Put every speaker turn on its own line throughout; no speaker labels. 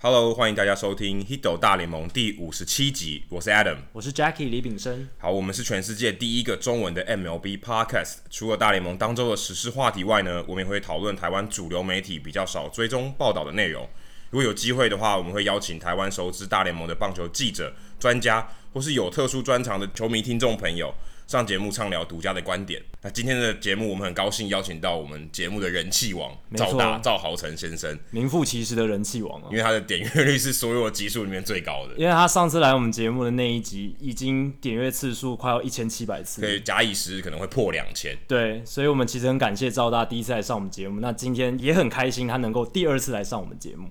Hello，欢迎大家收听《Hiddle 大联盟》第五十七集，我是 Adam。
我是 Jackie 李炳生，
好，我们是全世界第一个中文的 MLB Podcast。除了大联盟当周的时事话题外呢，我们也会讨论台湾主流媒体比较少追踪报道的内容。如果有机会的话，我们会邀请台湾熟知大联盟的棒球记者、专家，或是有特殊专长的球迷听众朋友上节目畅聊独家的观点。那今天的节目，我们很高兴邀请到我们节目的人气王
没错
赵大赵豪成先生，
名副其实的人气王啊
因！为他的点阅率是所有的集数里面最高的。
因为他上次来我们节目的那一集，已经点阅次数快要一千七百
所
次，
以假以时日可能会破两千，
对，所以我们其实很感谢赵大第一次来上我们节目，那今天也很开心他能够第二次来上我们节目。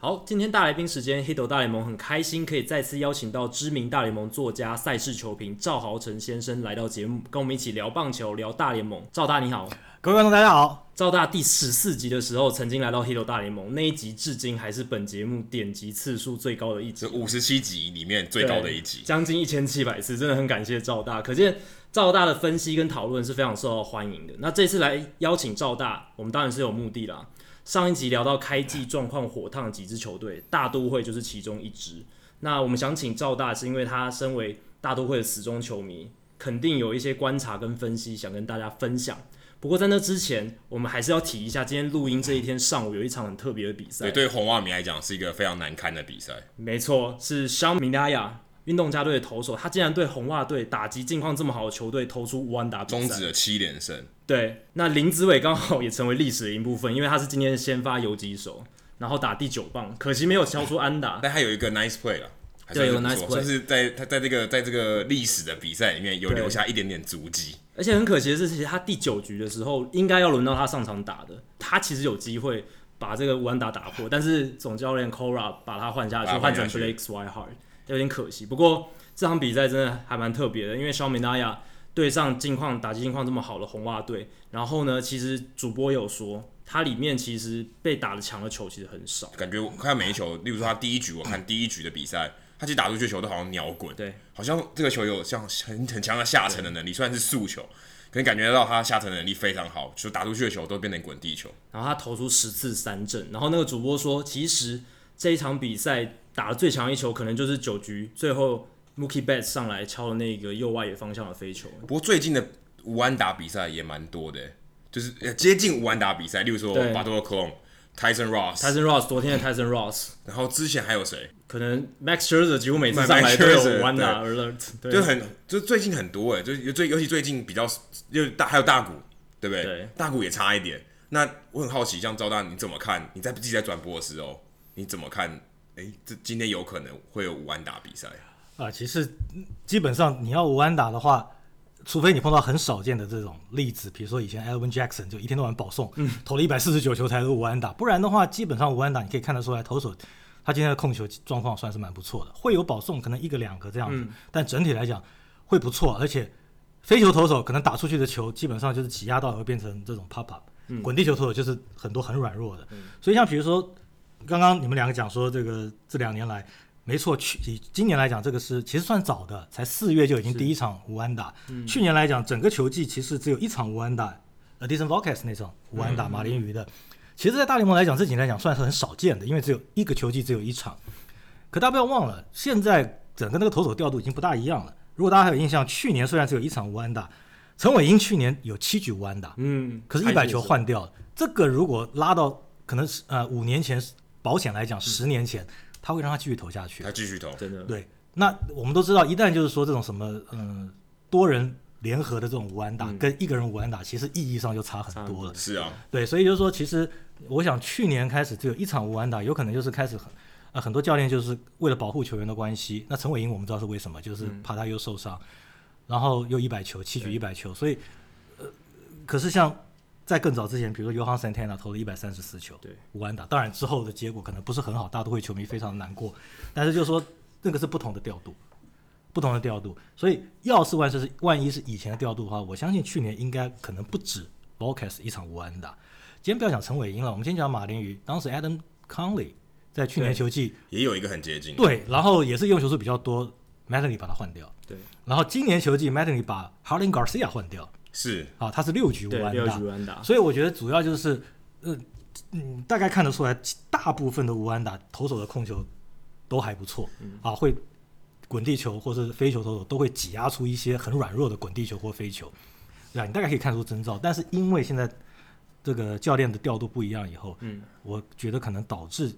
好，今天大来宾时间，黑斗大联盟很开心可以再次邀请到知名大联盟作家、赛事球评赵豪成先生来到节目，跟我们一起聊棒球、聊大联盟。赵大你好，
各位观众大家好，
赵大第十四集的时候曾经来到黑斗大联盟，那一集至今还是本节目点击次数最高的一集
是，五十七集里面最高的一集
对。将近一千七百次，真的很感谢赵大。可见赵大的分析跟讨论是非常受到欢迎的。那这次来邀请赵大，我们当然是有目的啦。上一集聊到开季状况火烫的几支球队，大都会就是其中一支。那我们想请赵大，是因为他身为大都会的死忠球迷，肯定有一些观察跟分析想跟大家分享。不过在那之前，我们还是要提一下，今天录音这一天上午有一场很特别的比赛。
对，对红袜迷来讲是一个非常难堪的比赛。
没错，是香米拉雅运动家队的投手，他竟然对红袜队打击近况这么好的球队投出五安打比赛
终止了七连胜，
对，那林子伟刚好也成为历史的一部分，因为他是今天的先发游击手，然后打第九棒，可惜没有敲出安打。
但他有一个 nice play 了，还算
对
是
有
不
nice
错
play
算是在他在这个在这个历史的比赛里面有
对
留下一点点足迹。
而且很可惜的是，其实他第九局的时候应该要轮到他上场打的，他其实有机会把这个五安打打破，但是总教练 Cora 把他换下去，
把他
换
换
成
下去
Blake Swihart，有点可惜。不过这场比赛真的还蛮特别的，因为肖美纳亚对上近况打击近况这么好的红袜队，然后呢，其实主播有说。它里面其实被打的强的球其实很少，
感觉我看每一球，例如说他第一局，我看第一局的比赛，他其实打出去的球都好像鸟滚，
对，
好像这个球有像很很强的下沉的能力，虽然是速球，可以感觉到他下沉的能力非常好，就打出去的球都变成滚地球。
然后他投出十次三振，然后那个主播说，其实这一场比赛打的最强一球，可能就是九局最后 Mookie Betts 上来敲了那个右外野方向的 飞球。
不过最近的无安打比赛也蛮多的，就是呃接近无安打比赛，例如说
对
b a t o c l o n Tyson Ross，
Tyson Ross 昨天的 Tyson Ross，
然后之前还有谁？
可能 Max Scherzer 几乎每次
Max
上来都有
Scherzer，
五安打 alert，对，
就很就最近很多哎，就是最尤其最近比较就是大还有大股，对不对？
对
大股也差一点。那我很好奇，像赵大你怎么看？你在自己在转播的时候，你怎么看？哎，这今天有可能会有五安打比赛，
啊、其实嗯基本上你要无安打的话，除非你碰到很少见的这种例子，比如说以前 Elvin Jackson 就一天到晚保送，投了一百四十九球才有无安打，不然的话基本上无安打你可以看得出来，投手他今天的控球状况算是蛮不错的，会有保送可能一个两个这样子，但整体来讲会不错，而且飞球投手可能打出去的球基本上就是挤压到也会变成这种 pop up，、滚地球投手就是很多很软弱的，所以像比如说刚刚你们两个讲说这个这两年来，没错，去以今年来讲，这个是其实算早的，才四月就已经第一场无安打。去年来讲，整个球季其实只有一场无安打，Adison Volquez 那场无安打，马林鱼的。其实，在大联盟来讲，这几年来讲算是很少见的，因为只有一个球季只有一场。可大家不要忘了，现在整个那个投手调度已经不大一样了。如果大家还有印象，去年虽然只有一场无安打，陈伟英去年有七局无安打，
嗯，
可是，一百球换掉了。这个如果拉到可能是呃五年前保险来讲，十年前，他会让他继续投下去
他。继续投。
真的
对，那我们都知道，一旦就是说这种什么嗯、呃多人联合的这种五安打，跟一个人五安打，其实意义上就差
嗯差
很
很
多了。
是啊，
对，所以就是说，其实我想去年开始只有一场无安打，有可能就是开始很呃很多教练就是为了保护球员的关系。那陈伟英我们知道是为什么，就是怕他又受伤，然后又一百球，七局一百球，所以呃，可是像在更早之前，比如说 Johan Santana 投了一百三十四球，
对，
无安打，当然之后的结果可能不是很好，大都会球迷非常难过，但是就是说那个是不同的调度。不同的调度，所以要是万是万一是以前的调度的话，我相信去年应该可能不止 v o l k e s 一场无安打。今天不要讲陈伟英了，我们先讲马林鱼。当时 Adam Conley 在去年球季
也有一个很接近。
对，然后也是用球数比较多， m a d e n y 把他换掉，
对
然后今年球季 m a d e n y 把 Harlan Garcia 换掉，
是
啊，他是六局无
对，
安
六
打
局，安打，
所以我觉得主要就是，呃，嗯，大概看得出来，大部分的无安打投手的控球都还不错，啊，会滚地球或是飞球投手都会挤压出一些很软弱的滚地球或飞球，对吧？啊你大概可以看出征兆，但是因为现在这个教练的调度不一样以后，
嗯，
我觉得可能导致。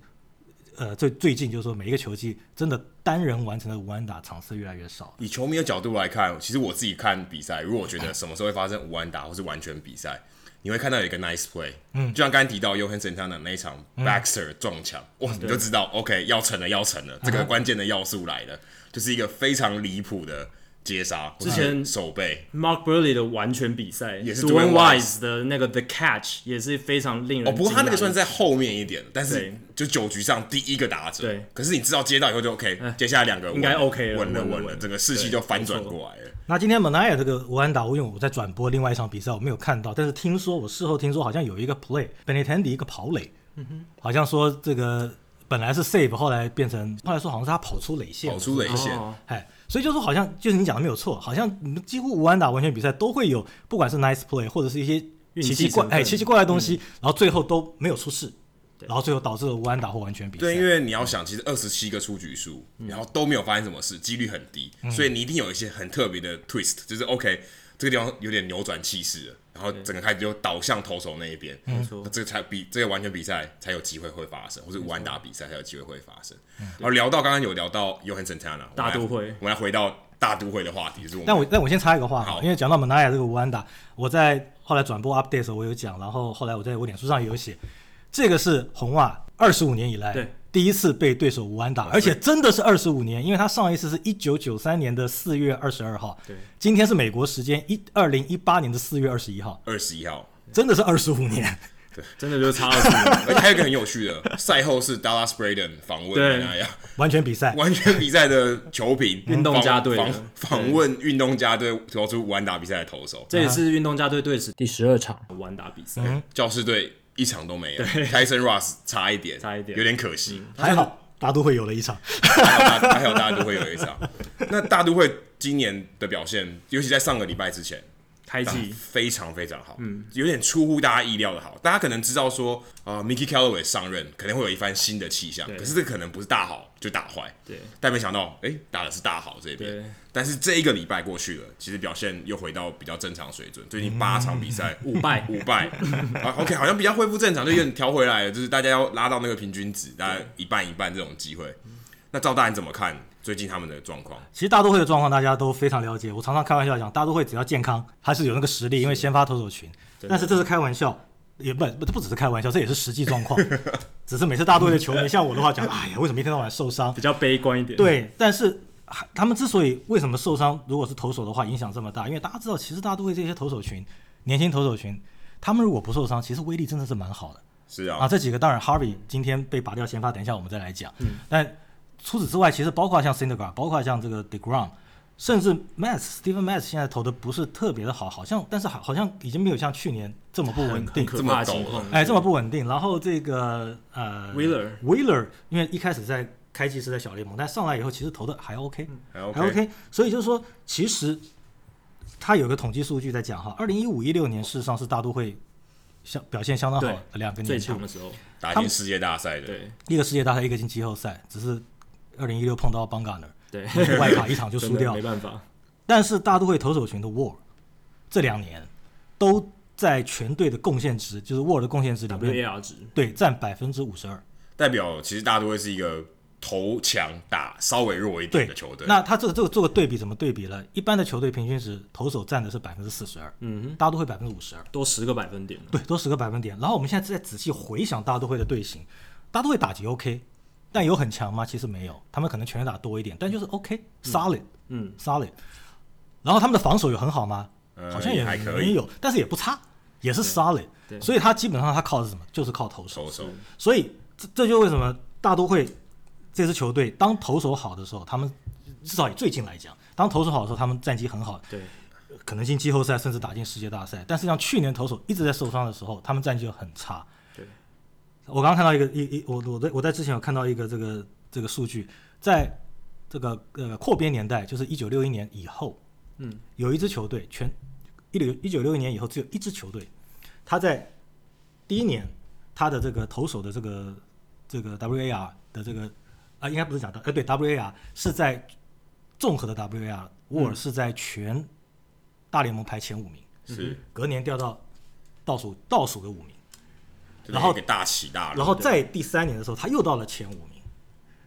呃，最最近就是说，每一个球季真的单人完成的无安打场次越来越少。
以球迷的角度来看，其实我自己看比赛，如果我觉得什么时候会发生无安打或是完全比赛，你会看到有一个 nice play，嗯，就像刚才提到 y o h a n s e n 他的那一场 Baxter 撞墙，哇，你就知道 OK 要成了，要成了，这个关键的要素来了，就是一个非常离谱的接杀，
之前
手背
Mark Burley 的完全比赛，
也是
Dwayne
Dwayne
Wise 的那个 The Catch 也是非常令人
哦，不过他那个
惊
算
讶
是在后面一点，但是
对
就九局上第一个打者，
对嗯
可是你知道接到以后就 OK，接下来两个
应该
稳了
OK 了
稳了
稳了
稳
稳
了，
了
整个士气
对
就反转
没错
过来了。
那今天 Manaya 这个安打，因为我在转播另外一场比赛，我没有看到，但是听说我事后听说好像有一个 play Benetendi 一个跑垒，好像说这个本来是 save，后来变成后来说好像是他跑出垒线，
跑出垒线，
哦
哎，所以就说好像就是你讲的没有错，好像你们几乎无安打完全比赛都会有，不管是 nice play 或者是一些
运气
奇奇怪
成分
哎奇奇怪怪的东
嗯
西，然后最后都没有出事，然后最后导致了无安打或完全比赛。
对，
啊
因为你要想，其实二十七个出局数，
嗯
然后都没有发生什么事，几率很低，所以你一定有一些很特别的 twist，就是 OK，这个地方有点扭转气势了，然后整个开始就倒向投手那一边，
嗯没错
那这个才比这个完全比赛才有机会会发生，或者完打比赛才有机会会发生。然后聊到刚刚有聊到 Johan Santana
嗯大
我们来
都会
我们来回到大都会的话题，就是我们
但我但我先插一个话哈
好，
因为讲到 Manaya 这个乌安达，我在后来转播 update 的时候我有讲，然后后来我在我脸书上也有写，这个是红袜二十五年以来
对
第一次被对手无安打，而且真的是二十五年，因为他上一次是一九九三年的四月二十二号，
对，
今天是美国时间一二零一八年的四月二十一号，
二十一号，嗯
真的是二十五年。
真的就差二 十秒，
而且还有一个很有趣的， 赛后是 Dallas Braden 访问
对
那样。
完全比赛，
完全比赛的球评，
运动家队的
访访访问运动家队投出完打比赛的投手，
这也是运动家队队史
第十二场，
完打比赛，
嗯
教士队一场都没有。Tyson Ross 差一点，
差一点嗯
有点可惜。
还好大都会有了一场。
还好大还好大都会有一场。那大都会今年的表现，尤其在上个礼拜之前，
开季
非常非常好，嗯，有点出乎大家意料的好。大家可能知道说，啊、m i k i Callaway 上任可能会有一番新的气象，
对
可是这可能不是大好就大坏，
对。
但没想到，哎、打的是大好这
对
边，但是这一个礼拜过去了，其实表现又回到比较正常水准。最近八场比赛，
嗯 五败
五败，啊，OK，好像比较恢复正常，就有点调回来了，就是大家要拉到那个平均值，大概一半一半这种机会。
嗯
那赵大人怎么看最近他们的状况？
其实大都会的状况大家都非常了解，我常常开玩笑讲，大都会只要健康，还是有那个实力，因为先发投手群。但是这是开玩笑，也不不这不只是开玩笑，这也是实际状况。只是每次大都会的球迷像我的话讲，哎呀，为什么一天到晚受伤？
比较悲观一点，，
对，但是还他们之所以为什么受伤，如果是投手的话影响这么大，因为大家知道，其实大都会这些投手群，年轻投手群，他们如果不受伤，其实威力真的是蛮好的。
是啊，
啊，这几个当然，Harvey 今天被拔掉先发，等一下我们再来讲。
嗯
但除此之外，其实包括像 s i n d e g a r 包括像这个 Degrom，甚至 Mats Steven Mats 现在投的不是特别的好，好像但是好好像已经没有像去年这么不稳
很很
定，
可怕的
这么啊
情
陡
况，
哎，这么不稳定。然后这个呃
Wheeler
Wheeler，因为一开始在开季是在小联盟，但上来以后其实投的还 OK，、
嗯
还 OK
还 OK。所以就是说，其实他有个统计数据在讲哈，二零一五一六年事实上是大都会相表现相当好
对
的两个年
最
度
强的时候，
打
他
进
们
世界大赛的，
对
一个世界大赛，一个进季后赛，只是二零一六碰到邦嘎那儿，
对，
外卡一场就
真
输
的
掉
没。办 法，
但是大都会投手群的 WAR 这两年都在全队的贡献值，就是 WAR 的贡献值里面，
，WAR 值
对，占百分之五十二。
代表其实大都会是一个投强打稍微弱一点
对
的球队。
那他这个这个做个对比，怎么对比呢？一般的球队平均值投手占的是百分之四十二，嗯，大都会百分之五十二，
多十个百分点了，
对，多十个百分点。然后我们现在再仔细回想大都会的队形，大都会打击 OK，但有很强吗？其实没有，他们可能全垒打多一点，但就是 OK solid，
嗯
，solid。然后他们的防守有很好吗？
呃
好像
也
也
还可
没
以
有，但是也不差，也是 solid。
对
所以他基本上他靠的是什么？就是靠投手。
投手
所以这这就为什么大都会这支球队当投手好的时候，他们至少以最近来讲，当投手好的时候，他们战绩很好，
对，
可能进季后赛甚至打进世界大赛。但是像去年投手一直在受伤的时候，他们战绩就很差。
对，
我刚刚看到一个一一我我在我在之前有看到一个这个这个数据，在这个呃扩编年代，就是一九六一年以后，
嗯，
有一支球队全一六一九六一年以后只有一支球队，他在第一年他的这个投手的这个这个 WAR 的这个啊，应该不是讲的，呃，对 WAR 是在综合的 WAR，沃尔是在全大联盟排前五名，
是，
隔年掉到倒数倒数的五名。
这
然后
是一个大起大落，
然后在第三年的时候，他又到了前五名，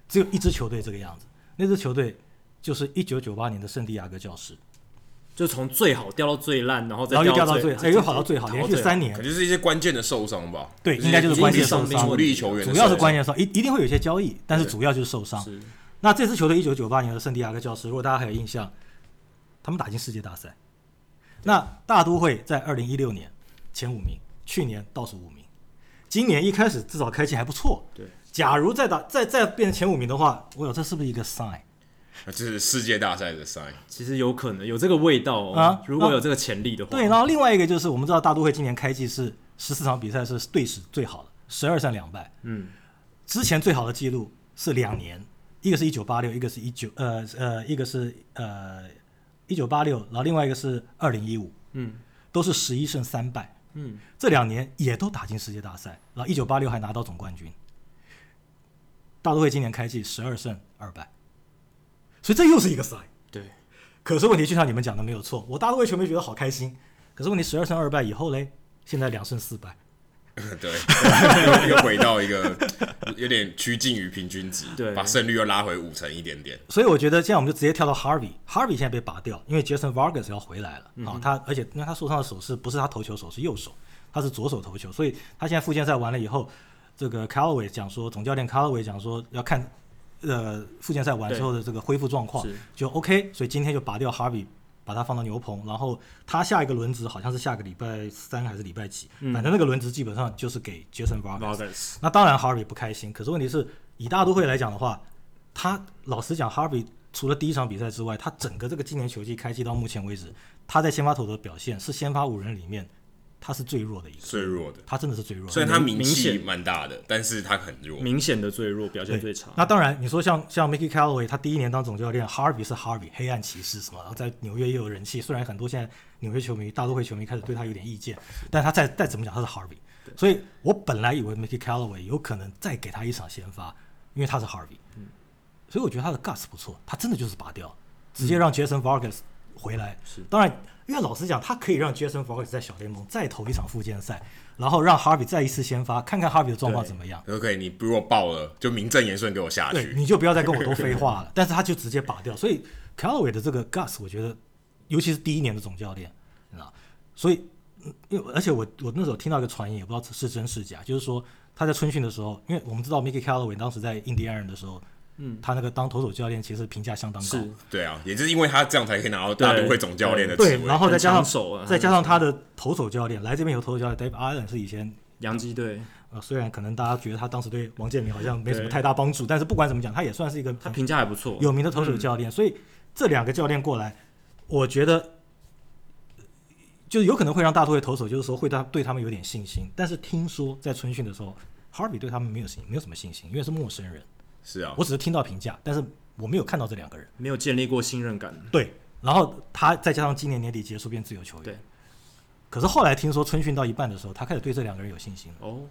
只有一支球队这个样子，那支球队就是一九九八年的圣地亚哥教师，
就从最好掉到最烂，然后再
然后又掉到
最
最，，哎，又跑到最好，
跑到
连续
最
三
可
年，
能就是一些关键的受伤吧，
对应 该就是关键受伤
主力球员的
主要是
受伤
关键上一一定会有一些交易，但是主要就是受伤。
是
那这支球队一九九八年的圣地亚哥教师，如果大家还有印象，他们打进世界大赛，那大都会在二零一六年前五名，去年倒数五名，今年一开始至少开季还不错。
对，
假如再打再再变成前五名的话，我有这是不是一个 sign？
这是世界大赛的赛，
其实有可能有这个味道哦。
啊
如果有这个潜力的话，
对，然后另外一个就是我们知道大都会今年开季是十四场比赛是队史最好的，十二胜两败。
嗯，
之前最好的记录是两年，一个是一九八六，一个是一九呃呃，一个是呃一九八六，然后另外一个是二零一五，
嗯
都是十一胜三败。
嗯，
这两年也都打进世界大赛，然后一九八六还拿到总冠军。大都会今年开季十二胜二败，所以这又是一个 sign。
对，
可是问题就像你们讲的没有错，我大都会球迷觉得好开心。可是问题十二胜二败以后嘞，现在两胜四败，
对， 又又回到一个有点趋近于平均值，
对
把胜率又拉回五成一点点，
所以我觉得这样我们就直接跳到 Harvey。Harvey 现在被拔掉，因为 Jason Vargas 要回来了啊、他而且因为他受伤的手势不是他投球手，是右手，他是左手投球，所以他现在复健赛完了以后，这个 Callaway 讲说，总教练 Callaway 讲说要看呃复健赛完之后的这个恢复状况
是
就 OK，所以今天就拔掉 Harvey。把他放到牛棚，然后他下一个轮值好像是下个礼拜三还是礼拜几，反正那个轮值基本上就是给 Jason Vargas。
v a g a s
那当然 Harvey 不开心，可是问题是以大都会来讲的话，他老实讲，Harvey 除了第一场比赛之外，他整个这个今年球季开季到目前为止，他在先发投的表现是先发五人里面他是最弱的一个，
最弱的。
他真的是最弱的。
虽然他名
明
气
显
蛮大的，但是他很弱，
明显的最弱，表现
对
最差。
那当然，你说像像 Mickey Callaway，他第一年当总教练，Harvey 是 Harvey，黑暗骑士什么，然后在纽约也有人气。虽然很多现在纽约球迷、大都会球迷开始对他有点意见，但他再再怎么讲，他是 Harvey。所以我本来以为 Mickey Callaway 有可能再给他一场先发，因为他是 Harvey。
嗯
所以我觉得他的 guts 不错，他真的就是拔掉，直接让 Jason Vargas 回来。当然，因为老实讲，他可以让 Jason Vargas 在小联盟再投一场复健赛，然后让 Harvey 再一次先发，看看 Harvey 的状况
对
怎么样。
可不可以？你如果爆了，就名正言顺给我下
对，
去。
你就不要再跟我多废话了。但是他就直接拔掉，所以 Callaway 的这个 Gus，我觉得，尤其是第一年的总教练，你知道，所以，嗯因为而且我我那时候听到一个传言，也不知道是真是假，就是说他在春训的时候，因为我们知道 Mickey Callaway 当时在印第安人的时候，嗯，他那个当投手教练其实评价相当高，
是
对啊，也就是因为他这样才可以拿到大都会总教练的职
对，
位。
然后再加
很
上
抢手啊
再加上他的投手教练来这边有投手教练 Dave Allen 是以前
洋基队，
呃，虽然可能大家觉得他当时对王建民好像没什么
对
太大帮助，但是不管怎么讲，他也算是一个
他评价还不错。
有名的投手教练，所以这两个教练过来，我觉得呃就是有可能会让大都会投手，就是说会对他对他们有点信心。但是听说在春训的时候，Harvey 对他们没有信，没有什么信心，因为是陌生人。
是啊
我，只是听到评价，但是我没有看到这两个人。
没有建立过信任感，
对，然后他再加上今年年底结束变自由球员
对，
可是后来听说春训到一半的时候，他开始对这两个人有信心了。
哦，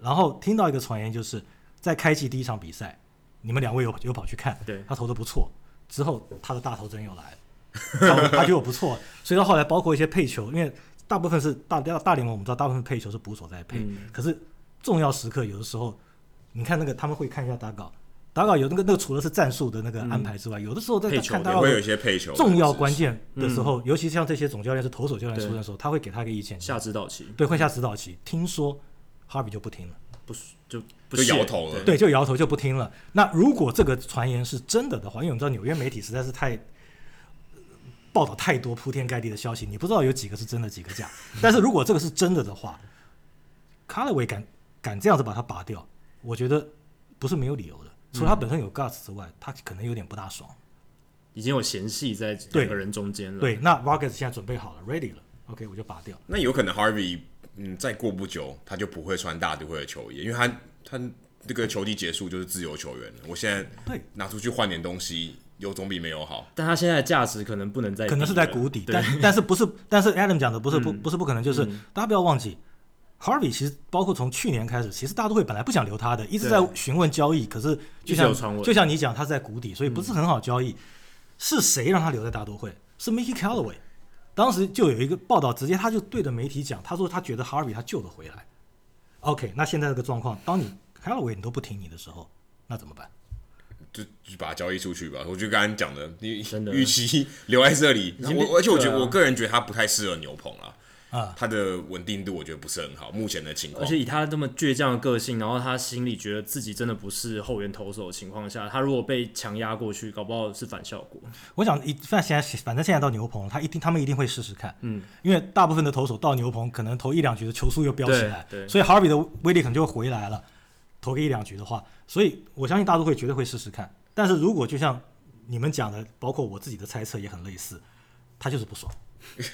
然后听到一个传言，就是在开季第一场比赛，你们两位有有跑去看，
对
他投的不错，之后他的大头针又来了，他他觉得我不错，所以到后来包括一些配球，因为大部分是大大大联盟，我们知道大部分配球是捕手在配，
嗯
可是重要时刻有的时候，你看那个他们会看一下打稿，打稿有那个那个除了是战术的那个安排之外，有的时候在
配球
看打
也
稿
会有一些配球的
重要
位置
关键的时候，尤其像这些总教练是投手教练出身的时候，他会给他一个意见，
下指导棋
对，会下指导棋。听说哈比就不听了。
不就不
就
屑
摇头了
对，就摇头就不听了。那如果这个传言是真的的话，因为我们知道纽约媒体实在是太呃报道太多铺天盖地的消息，你不知道有几个是真的，几个假。但是如果这个是真的的话 c a l l a w a y 敢敢这样子把它拔掉，我觉得不是没有理由的。除了他本身有 guts 之外，他可能有点不大爽。
已经有嫌隙在两个人中间了。
对，那 Vargas 现在准备好了，ready 了，OK，我就拔掉。
那有可能 Harvey，嗯，再过不久他就不会穿大都会的球衣，因为他他这个球季结束就是自由球员了，我现在
对
拿出去换点东西，有总比没有好。
但他现在的价值可能不能再低了，
可能是在谷底，
对嗯
但但是不是？但是 Adam 讲的不是不不是不可能，就是大家不要忘记，Harvey 其实包括从去年开始，其实大都会本来不想留他的，一直在
对
询问交易，可是就
一直有传
像
闻嗯
就像你讲，他是在谷底，所以不是很好交易。是谁让他留在大都会？是 Mickey Callaway。当时就有一个报道，直接他就对着媒体讲，他说他觉得 Harvey 他救得回来。OK，那现在这个状况，当你 Callaway 你都不挺你的时候，那怎么办？
就就把它交易出去吧。我就刚刚讲的，你
真的
与其留在这里，
经变
我而且我觉得、
对啊
我个人觉得他不太适合牛棚啊，
啊，
他的稳定度我觉得不是很好，目前的情况
而。且以他这么倔强的个性，然后他心里觉得自己真的不是后援投手的情况下，他如果被强压过去，搞不好是反效果。
我想一反现在反正现在到牛棚，他一定他们一定会试试看，嗯，因为大部分的投手到牛棚可能投一两局的球速又飙起来，
对对
所以哈尔比的威力可能就回来了，投个一两局的话，所以我相信大都会绝对会试试看。但是如果就像你们讲的，包括我自己的猜测也很类似，他就是不爽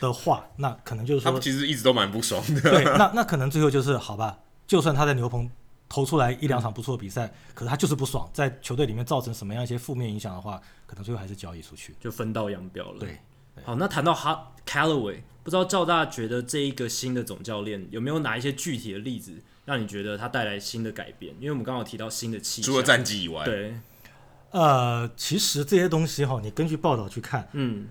的话，那可能就是
他
说
们，其实一直都蛮不爽 的，
对，那那可能最后就是好吧，就算他在牛棚投出来一两场不错的比赛，可是他就是不爽，在球队里面造成什么样一些负面影响的话，可能最后还是交易出去，
就分道扬镳了。
对。
好，那谈到哈 Callaway，不知道赵大觉得这一个新的总教练有没有哪一些具体的例子，让你觉得他带来新的改变？因为我们刚好提到新的气象
除了，战绩以外，
对，
呃，其实这些东西哈，你根据报道去看，
嗯，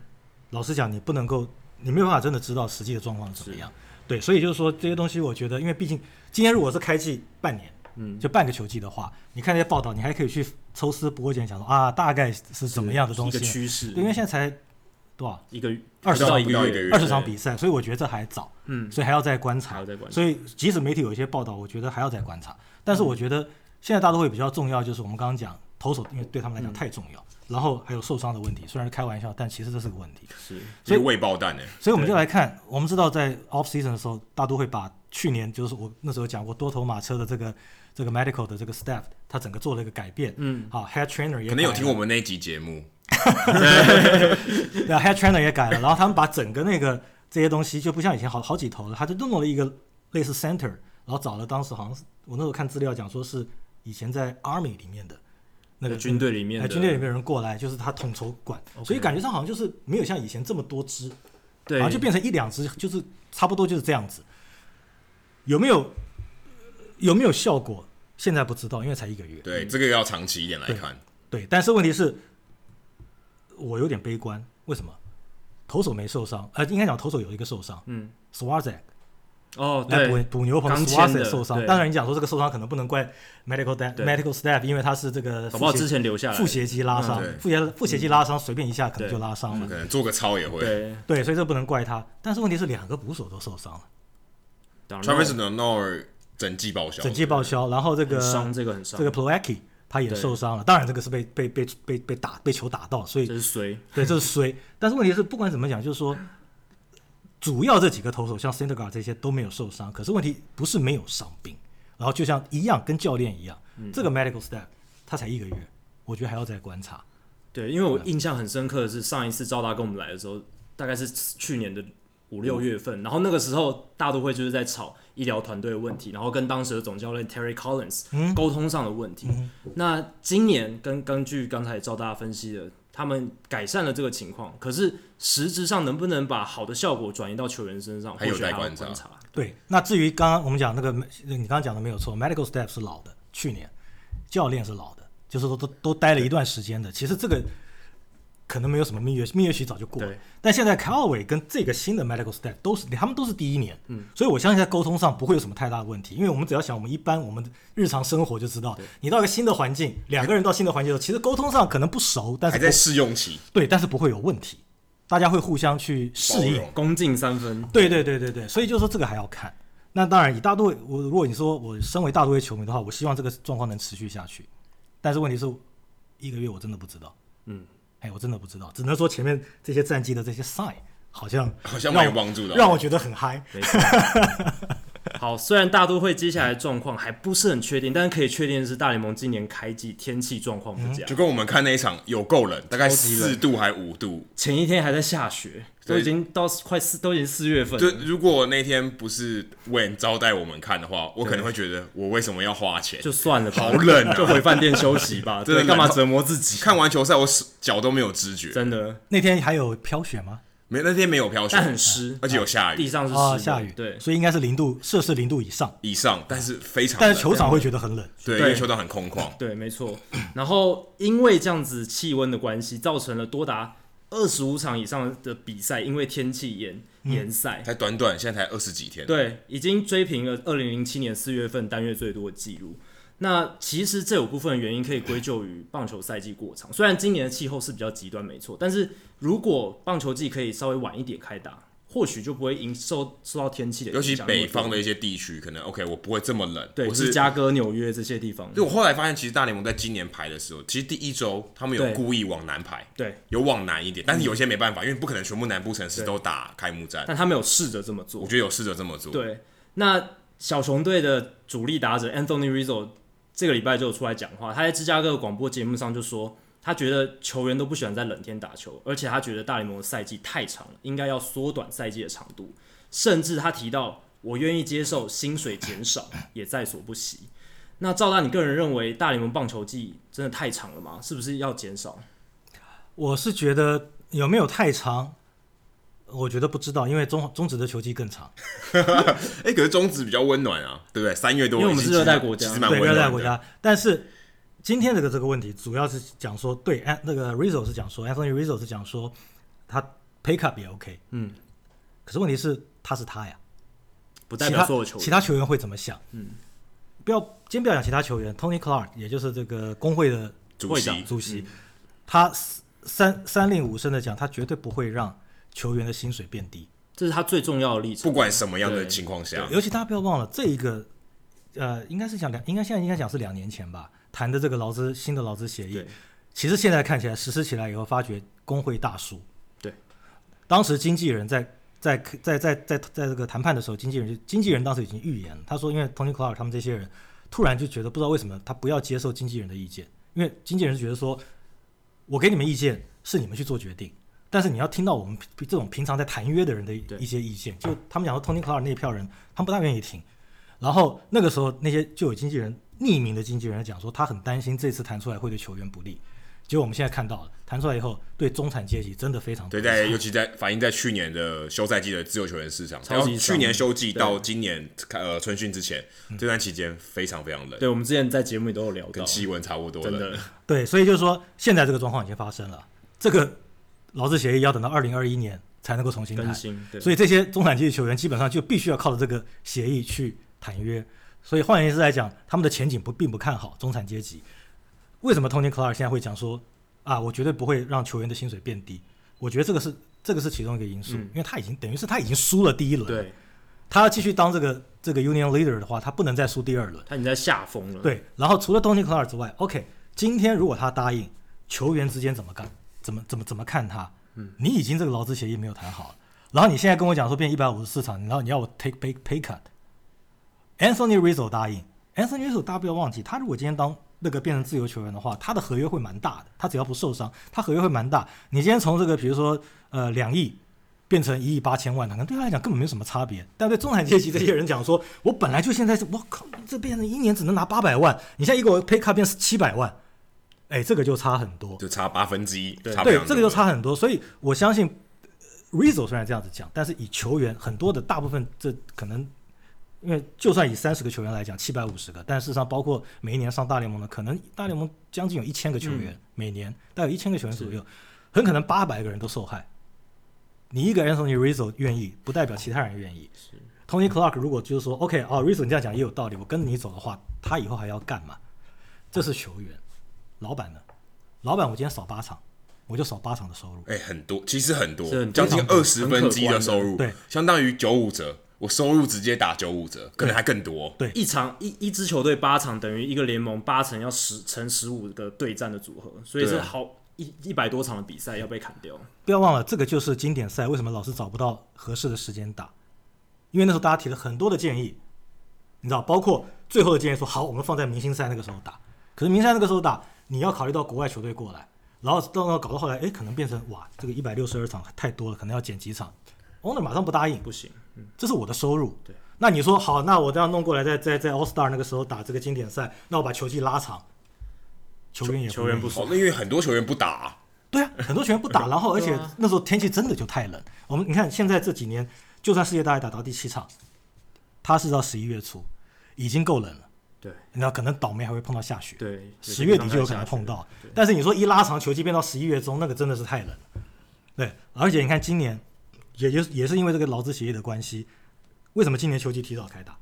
老实讲，你不能够，你没有办法真的知道实际的状况是怎么样。对，所以就是说这些东西，我觉得，因为毕竟今天如果是开季半年，嗯，就半个球季的话，你看那些报道，你还可以去抽丝剥茧，想说啊，大概是怎么样的东
一个
西。
趋势
对，，因为现在才多少
一个
不
二十
到
场
一
比
个
赛
月一个月，
二十场比赛，所以我觉得这还早，
嗯，
所以还要再观
还
察
要。再观察
所以即使媒体有一些报道，我觉得还要再观察。但是我
嗯
觉得现在大都会比较重要，就是我们刚刚讲投手，因为对他
嗯
们来讲太重要。然后还有受伤的问题，虽然是开玩笑，但其实这是个问题。
是
一
所
个
以
未爆弹哎、
所以我们就来看，我们知道在 off season 的时候，大都会把去年就是我那时候讲过多头马车的这个这个 medical 的这个 staff，他整个做了一个改变。嗯，好，head trainer 也
可能有听我
们
们那一集节目，
对啊，head trainer 也改了，然后他们把整个那个这些东西就不像以前好好几头了，他就弄了一个类似 center，然后找了当时好像是我那时候看资料讲说是以前在 army 里面的那个
在军队里面
哎
的
军队里面有人过来，就是他统筹管，所以感觉上好像就是没有像以前这么多支，
对
然啊后就变成一两只，就是差不多就是这样子。有没有有没有效果？现在不知道，因为才一个月。
对、这个要长期一点来看，
对，但是问题是，我有点悲观。为什么？投手没受伤，呃，应该讲投手有一个受伤，嗯 s w a r z a k
哦，
来
对
补，补牛棚
刚
s
签
w a r z a
的
k 受伤。
对
当然，你讲说这个受伤可能不能怪 medical da-
对
medical staff，因为他是这个
搞不好
腹斜
之前留下来
腹斜肌拉
嗯
伤
对，
腹斜腹斜肌拉伤随便一下可能就拉伤了
可。能做个操也会。
嗯对
对，所以这不能怪他。但是问题是，两个捕手都受伤了。
当然
Travis n o r 整季报销，
整季报销，然后这个
很伤这个很伤
啊这个 Ploacki 他也
对
受伤了，当然这个是被被被被被打被球打到，所以
这是谁？
对这是衰。但是问题是，不管怎么讲，就是说主要这几个投手像 s e n d e g a r 这些都没有受伤，可是问题不是没有伤病，然后就像一样跟教练一样，这个 medical staff 他才一个月，我觉得还要再观察。
对，因为我印象很深刻的是上一次赵大跟我们来的时候，大概是去年的五六月份，然后那个时候大都会就是在吵医疗团队的问题，然后跟当时的总教练 Terry Collins 沟通上的问题。那今年根根据刚才赵大分析的，他们改善了这个情况，可是实质上能不能把好的效果转移到球员身上，
还有
或许还
待
要
观察
观察。
对，那至于刚刚我们讲那个，你刚刚讲的没有错，medical staff 是老的，去年教练是老的，就是说都都待了一段时间的。其实这个可能没有什么蜜月，蜜月期早就过了
对。
但现在 c a l w a y 跟这个新的 medical staff 都是他们都是第一年，嗯，所以我相信在沟通上不会有什么太大的问题，因为我们只要想我们一般我们日常生活就知道，你到一个新的环境，两个人到新的环境的时候，其实沟通上可能不熟，但是
还
不
在试用期，
对，但是不会有问题，大家会互相去适
包
应
容。
攻进三分，
对对对对对，所以就是说这个还要看。那当然，以大都会，我如果你说我身为大都会球迷的话，我希望这个状况能持续下去。但是问题是，一个月我真的不知道，嗯，哎，我真的不知道，只能说前面这些战绩的这些 sign 好像
好像
让
蛮有
我
帮助的哦
让我觉得很嗨。
没错。好，虽然大都会接下来的状况还不是很确定，但是可以确定的是，大联盟今年开季天气状
嗯
况不佳。
就跟我们看那一场有够冷，大概
超级冷
四度还五度，
前一天还在下雪，都已经到快四，都已经四月份
就
了。
如果那天不是 Wayne 招待我们看的话，我可能会觉得我为什么要花钱？
就算了吧，
好冷啊
就回饭店休息 吧。
真的冷
对，干嘛
到
折磨自己？
看完球赛，我手脚都没有知觉，
真的，
那天还有飘雪吗？
没那天没有飘雪
但，很湿，
而且有下
地
雨
上是湿
啊，
的
下雨，
对，
所以应该是零度摄氏零度以上，
以上，但是非常
但
冷
是球场会觉得很冷。
对，因
对
为球场很空旷，
对，没错。然后因为这样子气温的关系，造成了多达二十五场以上的比赛，因为天气延
嗯
延赛。
才短短现在才二十几天，
对，已经追平了二零零七年四月份单月最多的记录。那其实这有部分原因可以归咎于棒球赛季过长，虽然今年的气候是比较极端，没错，但是如果棒球季可以稍微晚一点开打，或许就不会影受受到天气的
尤
影
其
响那么
北
多。
方的一些地区，可能 OK，我不会这么冷，
对
我
芝
是。
加哥、纽约这些地方，
就我后来发现，其实大联盟在今年排的时候，其实第一周他们有
对
故意往南排，
对，嗯
有往南一点，但是有些没办法，因为不可能全部南部城市都打开幕战。
但他们有试着这么做
我。觉得有试着这么做，
对，那小熊队的主力打者 Anthony Rizzo 这个礼拜就有出来讲话，他在芝加哥的广播节目上就说，他觉得球员都不喜欢在冷天打球，而且他觉得大联盟的赛季太长了，应该要缩短赛季的长度。甚至他提到，我愿意接受薪水减少，也在所不惜。那赵大，你个人认为大联盟棒球季真的太长了吗？是不是要减少？
我是觉得有没有太长，我觉得不知道，因为中中职的球季更长，
哎、可是中指比较温暖啊，对不对？三月多，
因为我们是热带国家
其实蛮
对
温
热
暖
带
的。
国家。但是今天这个这个问题，主要是讲说，对，安那个 Rizzo 是讲说，Anthony Rizzo 是讲说，他 pay cut 也 OK，
嗯，
可是问题是他是他呀，
不代
其
表
他
所有球
其
员。
他球员会怎么想？嗯，不要先不要讲其他球员，Tony Clark 也就是这个工会的
主
会
席
长
主席，他三三令五申的讲，他绝对不会让球员的薪水变低。
这是他最重要的立场。
不管什么样的情况下，
尤其大家不要忘了，这一个呃，应该是讲两，应该现在应该讲是两年前吧，谈的这个劳资新的劳资协议
对，
其实现在看起来实施起来以后，发觉工会大输。
对，
当时经纪人在在在在在在这个谈判的时候，经纪人就经纪人当时已经预言了，他说，因为 Tony Clark 他们这些人突然就觉得不知道为什么他不要接受经纪人的意见，因为经纪人是觉得说，我给你们意见是你们去做决定。但是你要听到我们平这种平常在谈约的人的
对
一些意见，就他们讲说 Tony Clark 那一票人，他们不大愿意听。然后那个时候，那些就有经纪人匿名的经纪人讲说，他很担心这次谈出来会对球员不利。结果我们现在看到了，谈出来以后，对中产阶级真的非常
对，在尤其在反映在去年的休赛季的自由球员市场，
超级
然后
伤
去年休季到今年呃春训之前这段期间非常非常冷，
嗯对，我们之前在节目里都有聊到
跟，气温差不多
真的。
对，所以就是说，现在这个状况已经发生了，这个劳资协议要等到二零二一年才能够重新
更
谈。
新，对，
所以这些中产阶级球员基本上就必须要靠着这个协议去谈约。所以换言之来讲，他们的前景不并不看好中产阶级。为什么 Tony Clark 现在会讲说啊，我绝对不会让球员的薪水变低？我觉得这个是这个是其中一个因素，因为他已经等于是他已经输了第一轮，
嗯对，
他要继续当这个这个 Union Leader 的话，他不能再输第二轮。
他已经在下风了，，
对，然后除了 Tony Clark 之外，OK，今天如果他答应，球员之间怎么干，怎么怎么怎么看他？嗯，你已经这个劳资协议没有谈好了，然后你现在跟我讲说变一百五十四场，然后你要我 take pay pay cut，Anthony Rizzo 答应，Anthony Rizzo 大家不要忘记，他如果今天当那个变成自由球员的话，他的合约会蛮大的，他只要不受伤，他合约会蛮大。你今天从这个比如说呃两亿。变成一亿八千万，可能对他来讲根本没有什么差别。但对中产阶级这些人讲说，我本来就现在是，我靠，这变成一年只能拿八百万，你现在一个 pay cut 变七百万，哎，这个就差很多。
就差八分之一，差非
对
常，
这
多
个就差很多。所以我相信呃 Rizzo 虽然这样子讲，但是以球员很多的大部分，这可能因为就算以三十个球员来讲，七百五十个，但事实上包括每一年上大联盟的，可能大联盟将近有一千个球员，每年大概有一千个球员左右，很可能八百个人都受害。你一个 Anthony Rizzo 愿意，不代表其他人愿意。Tony Clark 如果就是说 OK 哦，Rizzo 你这样讲也有道理，我跟着你走的话，他以后还要干嘛？这是球员，老板呢？老板，我今天少八场，我就少八场的收入。
哎、很多，其实很多
是，很
将近
非常多
二十分之一的收入，
很可观的对，
相当于九五折，我收入直接打九五折，可能还更多。
对
一场一一支球队八场等于一个联盟八成要十乘十五个对战的组合，所以
对
是
啊
好一一百多场的比赛要被砍掉，
不要忘了，这个就是经典赛，为什么老是找不到合适的时间打？因为那时候大家提了很多的建议，你知道，包括最后的建议说好，我们放在明星赛那个时候打。可是明星赛那个时候打，你要考虑到国外球队过来，然后到搞到后来，哎，可能变成哇，这个一百六十二场太多了，可能要减几场。owner 马上不答应，
不行，嗯
这是我的收入。
对，
那你说好，那我这样弄过来，在在在 All Star 那个时候打这个经典赛，那我把球季拉长，球员也
球员
愿意
不
哦，那因为很多球员不打啊、
对啊，很多球员不打，然后而且那时候天气真的就太冷。我们你看现在这几年，就算世界大赛打到第七场，他是到十一月初，已经够冷了。
对
然后可能倒霉还会碰到下雪，
对，
十月底就有可能碰到。但是你说一拉长球季变到十一月中，那个真的是太冷了。对，而且你看今年也也也是因为这个劳资协议的关系，为什么今年球季提早开打？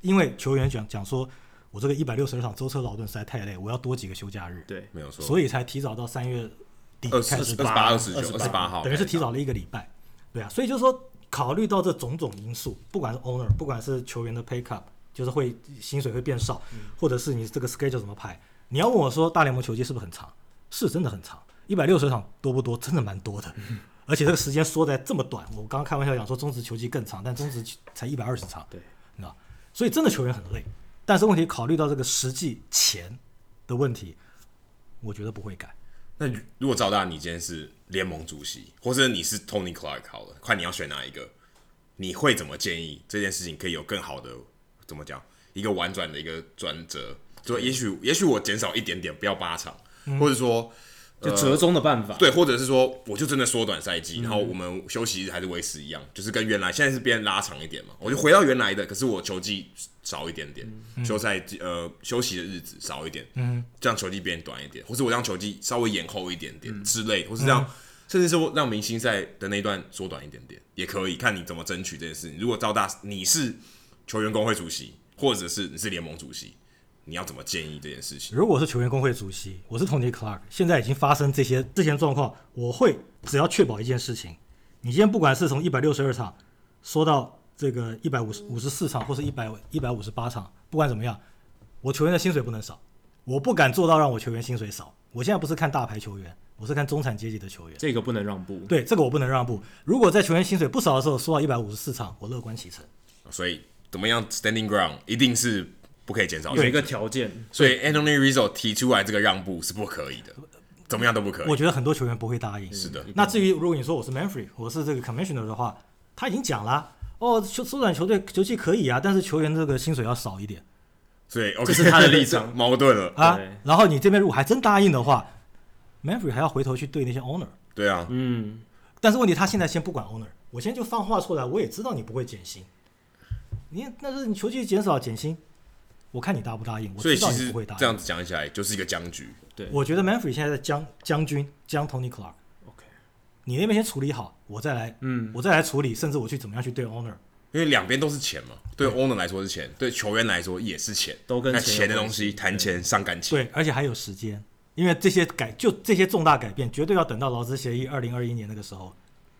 因为球员讲讲说，我这个一百六十二场舟车劳顿实在太累，我要多几个休假日，
对
没有错，
所
以
以才提早到三月底
二十
开
二
始
十
打
八、二十九、
28
二十八号，
等于是提早了一个礼拜，对啊，所以就是说，考虑到这种种因素，不管是 owner，不管是球员的 pay cut，就是会薪水会变少，
嗯
或者是你这个 schedule 怎么排，你要问我说大联盟球季是不是很长？是真的很长，一百六十场多不多？真的蛮多的，
嗯
而且这个时间缩在这么短，我刚刚开玩笑讲说中职球季更长，但中职才一百二十场，
对，
你知道，所以真的球员很累，但是问题考虑到这个实际钱的问题，我觉得不会改。
那如果赵大，你今天是联盟主席，或者你是 Tony Clark 好了，看你要选哪一个，你会怎么建议这件事情可以有更好的怎么讲一个婉转的一个转折？就也许也许我减少一点点，不要八场，或者说
就折中的办法。
对，或者是说我就真的缩短赛季，然后我们休息日还是维持一样，就是跟原来现在是变拉长一点嘛，我就回到原来的，可是我球季少一点点，休赛季呃休息的日子少一点，嗯，这样球季变短一点，或是我让球季稍微延后一点点之类，或是让甚至是我让明星赛的那一段缩短一点点也可以，看你怎么争取这件事情。如果赵大你是球员工会主席，或者是你是联盟主席，你要怎么建议这件事情？
如果是球员工会主席，我是 Tony Clark，现在已经发生这些这些状况，我会只要确保一件事情，你今天不管是从一百六十二场说到这个一百五十五十四场，或是一百一百五十八场，不管怎么样，我球员的薪水不能少，我不敢做到让我球员薪水少。我现在不是看大牌球员，我是看中产阶级的球员。
这个不能让步。
对这个我不能让步。如果在球员薪水不少的时候说到一百五十四场，我乐观其成。
所以怎么样 standing ground 一定是不可以减少
哦有一个条件，
所以 Anthony Rizzo 提出来这个让步是不可以的，怎么样都不可
我
以。
觉得很多球员不会答应。是
的，
那至于如果你说我是 Manfrey，我是这个 Commissioner 的话，他已经讲了，哦，缩缩短球队球季可以啊，但是球员这个薪水要少一点
所以哦 OK，
这是他的立场
这矛盾了。
啊
对。
然后你这边如果还真答应的话，Manfrey 还要回头去对那些 owner。
对啊，
嗯，
但是问题他现在先不管 owner，我现在就放话出来，我也知道你不会减薪，你那是你球季减少减薪，我看你答不答应，我
所以
知
其
道你
实
不会答
这
应。
样子讲起来就是一个僵局。
对
我觉得 Manfrey 现在在将将军将 Tony Clark。
，OK，
你那边先处理好，我再来，
嗯，
我再来处理，甚至我去怎么样去对 owner，
因为两边都是钱嘛，对 owner 来说是钱，对球员来说也是钱，
都跟
那
钱有
钱的
关
东西谈钱伤感情。
对，而且还有时间，因为这些改就这些重大改变，绝对要等到劳资协议二零二一年那个时候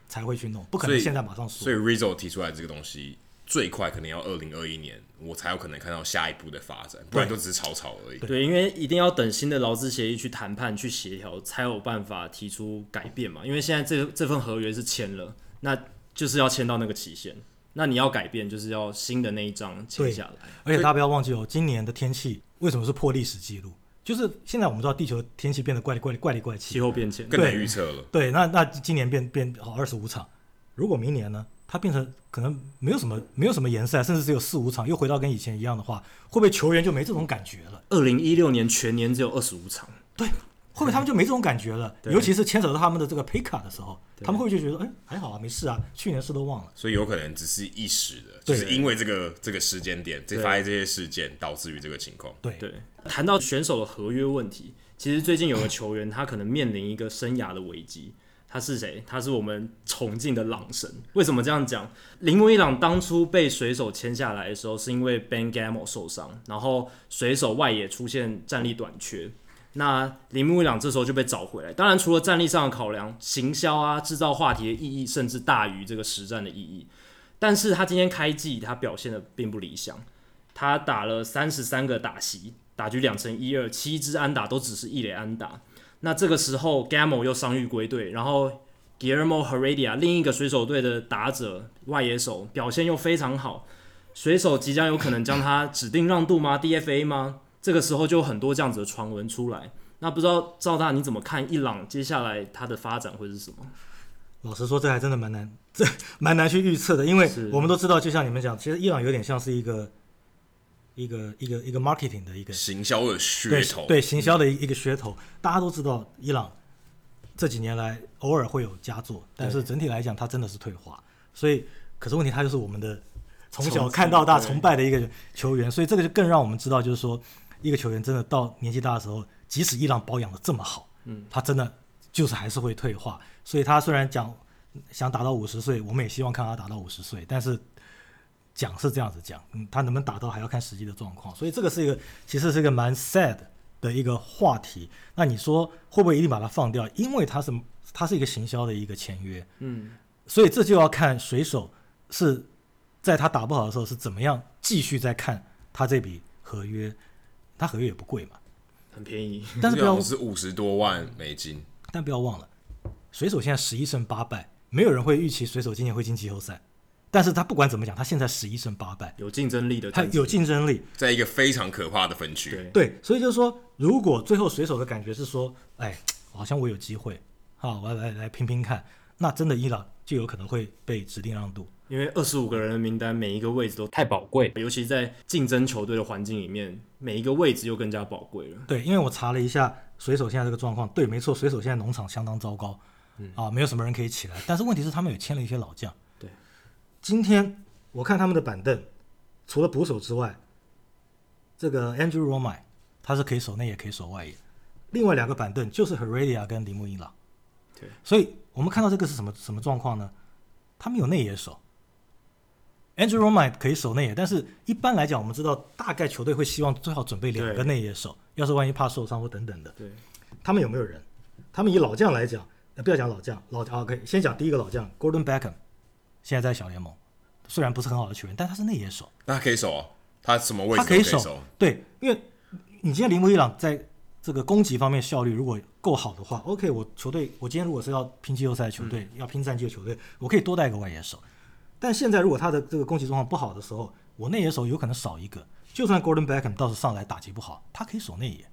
才会去弄，不可
所
能
以
现在马上
所
说
以。Rizzo 提出来这个东西，最快可能要二零二一年，我才有可能看到下一步的发展，不然都只是吵吵而已。
对，因为一定要等新的劳资协议去谈判、去协调，才有办法提出改变嘛。因为现在这这份合约是签了，那就是要签到那个期限。那你要改变，就是要新的那一章签下来。
而且大家不要忘记哦，今年的天气为什么是破历史记录？就是现在我们知道地球天气变得怪里怪里怪里怪
气
气，
候变迁，
更难
对
预测了。
对，那那今年变变好二十五场，如果明年呢，它变成可能没有什么没有什么延赛，甚至只有四五场，又回到跟以前一样的话，会不会球员就没这种感觉了？
二零一六年全年只有二十五场，
对，会不会他们就没这种感觉了？尤其是牵扯到他们的这个 pay 卡的时候，他们会不会就觉得，哎，还好啊，没事啊，去年事都忘了。
所以有可能只是一时的，就
对
是因为这个这个时间点，这发生这些事件导致于这个情况。
对，
对，谈到选手的合约问题，其实最近有个球员，他可能面临一个生涯的危机。他是谁？他是我们崇敬的朗神。为什么这样讲？铃木一朗当初被水手签下来的时候，是因为 Ben Gamel 受伤，然后水手外野出现战力短缺。那铃木一朗这时候就被找回来。当然，除了战力上的考量，行销啊、制造话题的意义，甚至大于这个实战的意义。但是他今天开季，他表现的并不理想。他打了三十三个打席，打局两成一二，七支安打都只是一垒安打。那这个时候 Gamel 又伤愈归队，然后 Guillermo Heredia 另一个水手队的打者外野手表现又非常好，水手即将有可能将他指定让渡吗？DFA 吗？这个时候就有很多这样子的传闻出来。那不知道赵大你怎么看伊朗接下来它的发展会是什么？
老实说，这还真的蛮难，这蛮难去预测的，因为
是
我们都知道，就像你们讲，其实伊朗有点像是一个一个一个一个 marketing 的一个
行销的
对
噱头，
对行销的一一个噱头。大家都知道，伊朗这几年来偶尔会有佳作，但是整体来讲，它真的是退化。所以，可是问题，他就是我们的从小
崇
看到大、
对
崇拜的一个球员，所以这个就更让我们知道，就是说，一个球员真的到年纪大的时候，即使伊朗保养的这么好，嗯，他真的就是还是会退化。所以他虽然讲想打到五十岁，我们也希望看他打到五十岁，但是讲是这样子讲，嗯，他能不能打到还要看实际的状况，所以这个是一个其实是一个蛮 sad 的一个话题。那你说会不会一定把它放掉？因为它是它是一个行销的一个签约，
嗯，
所以这就要看水手是在他打不好的时候是怎么样继续在看他这笔合约，他合约也不贵嘛，
很便宜，
但嗯是不要
是五十多万美金，
但不要忘了，水手现在十一胜八败，没有人会预期水手今年会进季后赛。但是他不管怎么讲，他现在十一胜八败，
有竞争力的
他
战绩，
有竞争力，
在一个非常可怕的分区，
对
对，所以就是说，如果最后水手的感觉是说，哎，我好像我有机会，啊，我要来来拼拼看，那真的伊朗就有可能会被指定让渡。
因为二十五个人的名单，每一个位置都太宝贵，尤其在竞争球队的环境里面，每一个位置又更加宝贵了。
对，因为我查了一下水手现在这个状况，对，没错，水手现在农场相当糟糕，啊，没有什么人可以起来。但是问题是他们有签了一些老将。
对，
今天我看他们的板凳，除了捕手之外，这个 Andrew Romay 他是可以守内也可以守外野，另外两个板凳就是 Heredia 跟铃木一朗。
对，
所以我们看到这个是什么什么状况呢？他们有内野手。Andrew Romay 可以守内野，但是一般来讲，我们知道大概球队会希望最好准备两个
对
内野手，要是万一怕受伤或等等的，
对，
他们有没有人？他们以老将来讲，呃、不要讲老将，老啊，OK，先讲第一个老将 Gordon Beckham，现在在小联盟，虽然不是很好的球员，但他是内野手，
那他可以守啊，他什么位置
他
都
以
守，
守。对，因为你今天铃木一朗在这个攻击方面效率如果够好的话，OK，我球队我今天如果是要拼季后赛的球
嗯
队，要拼战绩的球队，我可以多带一个外野手。但现在如果他的这个攻击状况不好的时候，我内野手有可能少一个。就算 Gordon Beckham 到时候上来打击不好，他可以守内野。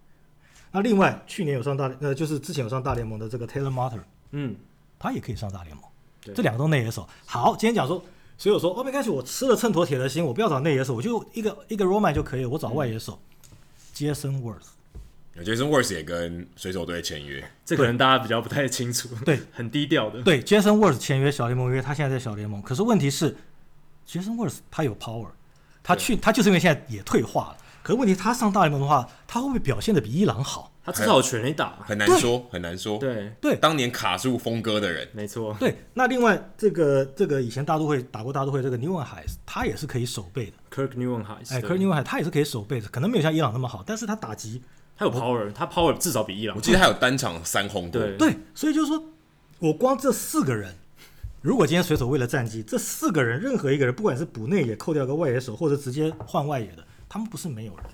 那另外，去年有上大呃，就是之前有上大联盟的这个 Taylor Motter，
嗯，
他也可以上大联盟。
对
这两个都内野手。好，今天讲说，所以我说哦，没关系，我吃了秤砣铁了心，我不要找内野手，我就一个一个 Roman 就可以了，我找外野手。Jason Worth，
Jason Worth 也跟水手队签约，
这可能大家比较不太清楚，
对，
很低调的，
对，Jason Worth 签约小联盟约，他现在在小联盟，可是问题是，Jason Worth 他有 power，他去他就是因为现在也退化了，可是问题他上大联盟的话，他会不会表现的比伊朗好？
他至少有全力打，
哎
很难说，很难说。，
对，
对
当年卡住峰哥的人，
没错，
对，那另外这个这个以前大都会打过大都会这个 Newen 海，他也是可以守备的，
Kirk Newman 还是
哎，可是 Newen 海他也是可以守备的，可能没有像伊朗那么好，但是他打击
他有 power，他 power 至少比伊朗
我，记得他有单场三轰过，
对，
对，所以就是说，我光这四个人，如果今天水手为了战绩，这四个人任何一个人，不管是补内野扣掉个外野手，或者直接换外野的，他们不是没有人，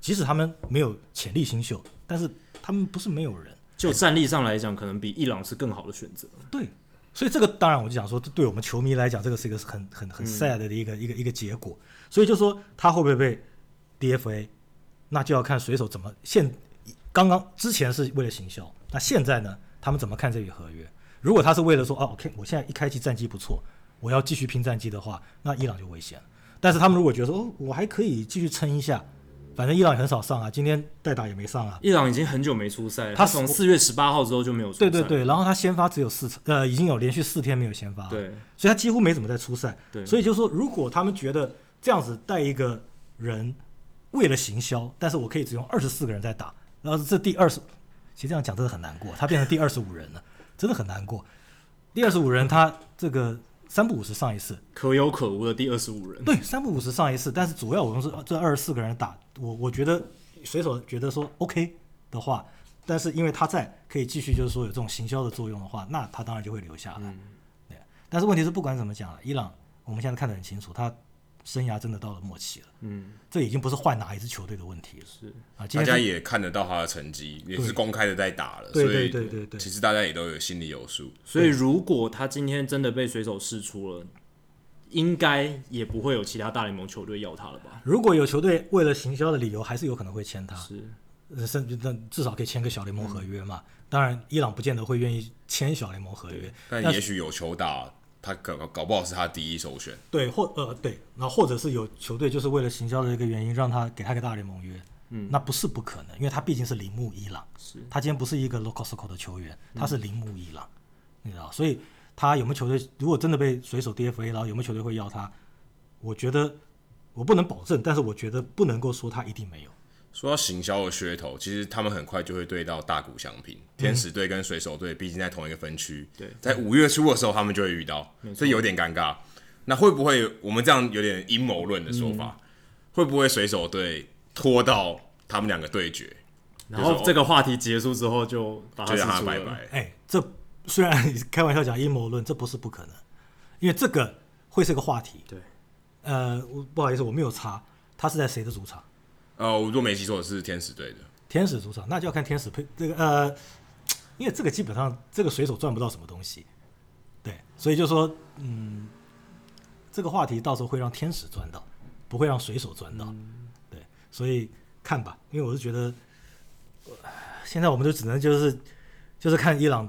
即使他们没有潜力新秀，但是他们不是没有人。
就战力上来讲，可能比伊朗是更好的选择，
对，所以这个当然我就讲说，这对我们球迷来讲，这个是一个很很很 sad 的一个、一个一个结果。所以就说他会不会被 DFA，那就要看水手怎么现刚刚之前是为了行销，那现在呢，他们怎么看这笔合约？如果他是为了说，哦，OK，我现在一开季战绩不错，我要继续拼战绩的话，那伊朗就危险了。但是他们如果觉得说，哦，我还可以继续撑一下，反正伊朗也很少上啊，今天代打也没上啊，
伊朗已经很久没出赛了，
他
他从四月十八号之后就没有出赛，
对对对，然后他先发只有四次，呃，已经有连续四天没有先发了，
对
所以他几乎没怎么在出赛。
对
所以就是说，如果他们觉得这样子带一个人为了行销，但是我可以只用二十四个人在打，然后这第二十，其实这样讲真的很难过，他变成第二十五人了，真的很难过。第二十五人他这个三不五十上一次，
可有可无的第二十五人，
对，三不五十上一次，但是主要我们是这二十四个人打，我我觉得水手觉得说 OK 的话，但是因为他在可以继续就是说有这种行销的作用的话，那他当然就会留下来。
嗯
对，但是问题是不管怎么讲了，伊朗我们现在看得很清楚，他生涯真的到了末期了，
嗯，
这已经不是换哪一支球队的问题了
是，
啊，今
大
天
家
是
也看得到他的成绩，也是公开的在打了，
对
所以
对对对对
其实大家也都有心里有数。
所以如果他今天真的被水手释出了，应该也不会有其他大联盟球队要他了吧？
如果有球队为了行销的理由，还是有可能会签他。
是，
呃甚至那至少可以签个小联盟合约
嗯
嘛。当然，伊朗不见得会愿意签小联盟合约，
但
但
也许有球打，他搞搞不好是他第一首选。
对，或呃对，然后或者是有球队就是为了行销的这个原因，让他给他个大联盟约，嗯，那不是不可能，因为他毕竟是铃木一朗，
是嗯
他今天不是一个 local circle 的球员，他是铃木一朗，你知道，所以他有没有球队如果真的被水手 DFA，然后有没有球队会要他？我觉得我不能保证，但是我觉得不能够说他一定没有。
说到行销的噱头，其实他们很快就会对到大谷翔平。天使队跟水手队毕竟在同一个分区，
嗯对
在五月初的时候他们就会遇到，所以有点尴尬。那会不会我们这样有点阴谋论的说
嗯
法？会不会水手队拖到他们两个对决，
然后这个话题结束之后就把
就
它
让他
释出
拜
了。
拜？
哎，这虽然 开玩笑讲阴谋论，这不是不可能，因为这个会是个话题。
对，
呃，我不好意思，我没有查，他是在谁的主场？
呃，我若没记错是天使队的，
天使主场，那就要看天使配这个呃，因为这个基本上这个水手赚不到什么东西，对，所以就说嗯，这个话题到时候会让天使赚到，不会让水手赚到，
嗯
对，所以看吧，因为我是觉得呃现在我们就只能就是就是看伊朗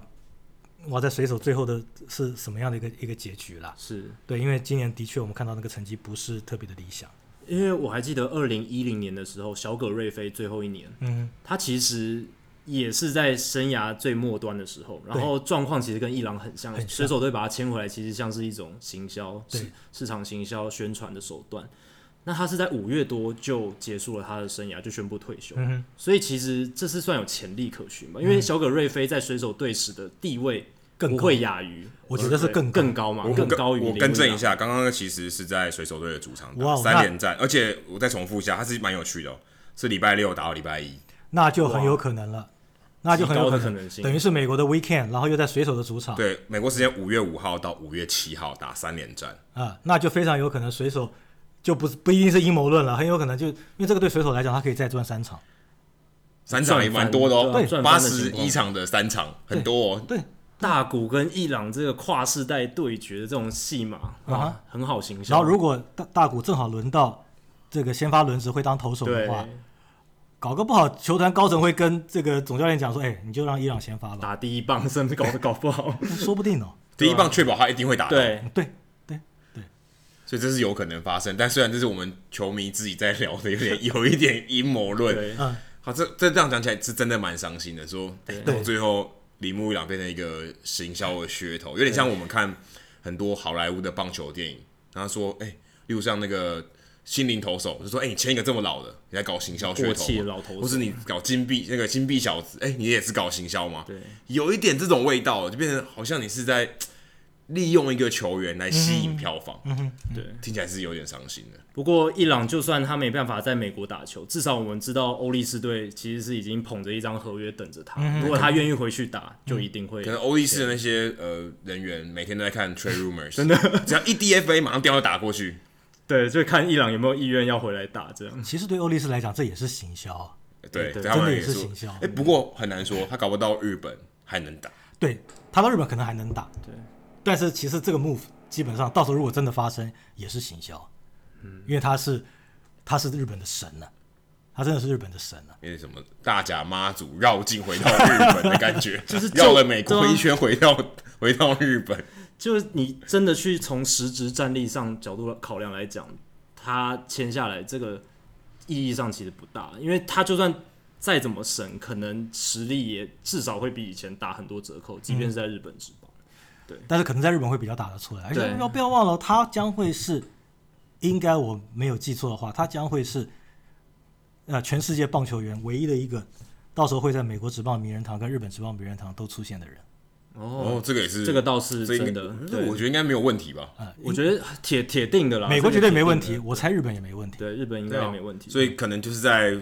哇在水手最后的是什么样的一个一个结局啦，
是
对，因为今年的确我们看到那个成绩不是特别的理想，
因为我还记得二零一零年的时候，小葛瑞菲最后一年，
嗯，
他其实也是在生涯最末端的时候，然后状况其实跟伊朗很像，
很像
水手队把他签回来，其实像是一种行销
对
市市场行销宣传的手段。那他是在五月多就结束了他的生涯，就宣布退休。
嗯哼嗯
所以其实这是算有潜力可循吧，因为小葛瑞菲在水手队史的地位
更
不
高
会亚于，
我觉得是更高
更高嘛，
我
啊更
跟
高于
我
林
更
威啊
正一
朗，
下，刚刚其实是在水手队的主场打
哇那
三连战，而且我再重复一下，它是蛮有趣的、哦，是礼拜六打到礼拜一，
那就很有可能了，那就很有
极高
可
的
能，
可能性
等于是美国的 Weekend，然后又在水手的主场，
对，美国时间五月五号到五月七号打三连战，
啊，那就非常有可能水手就不是不一定是阴谋论了，很有可能就因为这个对水手来讲，他可以再赚三场，
三场也蛮多的
对
哦，
赚
八
翻的
十
情况
一场的三场很多哦。
对，
大谷跟伊朗这个跨世代对决的这种戏码
啊哈
啊，很好行销。
然后如果大大谷正好轮到这个先发轮值会当投手的
对
话，搞个不好球团高层会跟这个总教练讲说，哎，你就让伊朗先发吧，
打第一棒，甚至搞得搞不 好，
说不定哦，
第一棒确保他一定会打，，
对，
对对，
所以这是有可能发生。但虽然这是我们球迷自己在聊的，有点有一点阴谋论
对。
嗯，
好，这这这样讲起来是真的蛮伤心的。说
对
到最后，铃木一朗变成一个行销的噱头，有点像我们看很多好莱坞的棒球电影，然后说，哎、例如像那个。心灵投手就说：“哎、你签一个这么老的，你在搞行销噱头吗，
过气的老投手
或是你搞金币那个金币小子，哎、你也是搞行销吗？
对，
有一点这种味道，就变成好像你是在利用一个球员来吸
嗯
引票房，
对。
听起来是有点伤心的。
不过伊朗就算他没办法在美国打球，至少我们知道欧力士队其实是已经捧着一张合约等着
嗯
他。如果他愿意回去打，就一定会
可能欧力士的那些呃人员每天都在看 trade rumors，真的，只要一 DFA 马上电话打过去，
对，就看伊朗有没有意愿要回来打这样。
其实对欧力士来讲，这也是行销啊，
对，
对
他们
真的
也
也是
说
行销
哎、不过很难说，他搞不到日本还能打。
对他到日本可能还能打，
对，
但是其实这个 move 基本上到时候如果真的发生，也是行销，嗯，因为他是他是日本的神呢、他真的是日本的神啊呢、
有点什么大甲妈祖绕境回到日本的感觉，就是绕了美国
对啊
一圈回到回到日本。
就是你真的去从实质战力上角度考量来讲，他签下来这个意义上其实不大，因为他就算再怎么省，可能实力也至少会比以前打很多折扣，即便是在日本职
嗯
棒。
但是可能在日本会比较打得出来。而且
对
要不要忘了，他将会是，应该我没有记错的话，他将会是，呃，全世界棒球员唯一的一个，到时候会在美国职棒名人堂跟日本职棒名人堂都出现的人。
哦，这个也是，
这个倒是
这应该
真的
这
对
我觉得应该没有问题吧。
呃，
我觉得铁铁定的啦，
美国
啊这
绝
个
对没问
铁
题，
定的
我猜日本也没问题。
对日本应
对
该
啊
也没问题。
所以可能就是在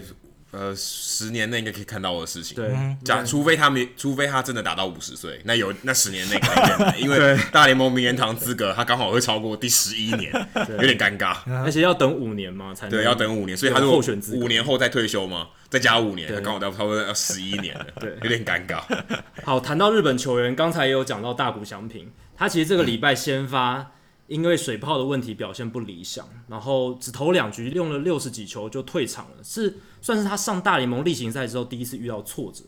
呃十年内应该可以看到的事情。
对，
假除非他没，除非他真的打到五十岁，那有那十年内可能有点难因为大联盟名人堂资格他刚好会超过第十一年，有点尴尬。
而且要等五年嘛才能
对，要等五年，所以他
有
如果
嗯候选资格
五年后再退休嘛，再加五年，他刚好到差不多要十一年了，
对
有点尴尬。
好，谈到日本球员，刚才也有讲到大谷翔平，他其实这个礼拜先发因为水泡的问题表现不理想，然后只投两局用了六十几球就退场了，是算是他上大联盟例行赛之后第一次遇到挫折。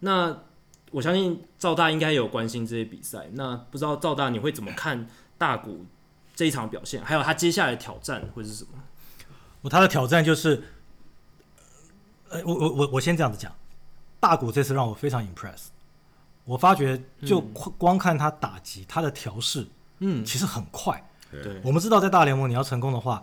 那我相信赵大应该有关心这些比赛，那不知道赵大你会怎么看大谷这一场表现，还有他接下来的挑战会是什么？
我他的挑战就是，呃，我我我我先这样子讲，大谷这次让我非常 impress。我发觉就光光看他打击，他的调试，
嗯，
其实很快。
对，
我们知道，在大联盟你要成功的话，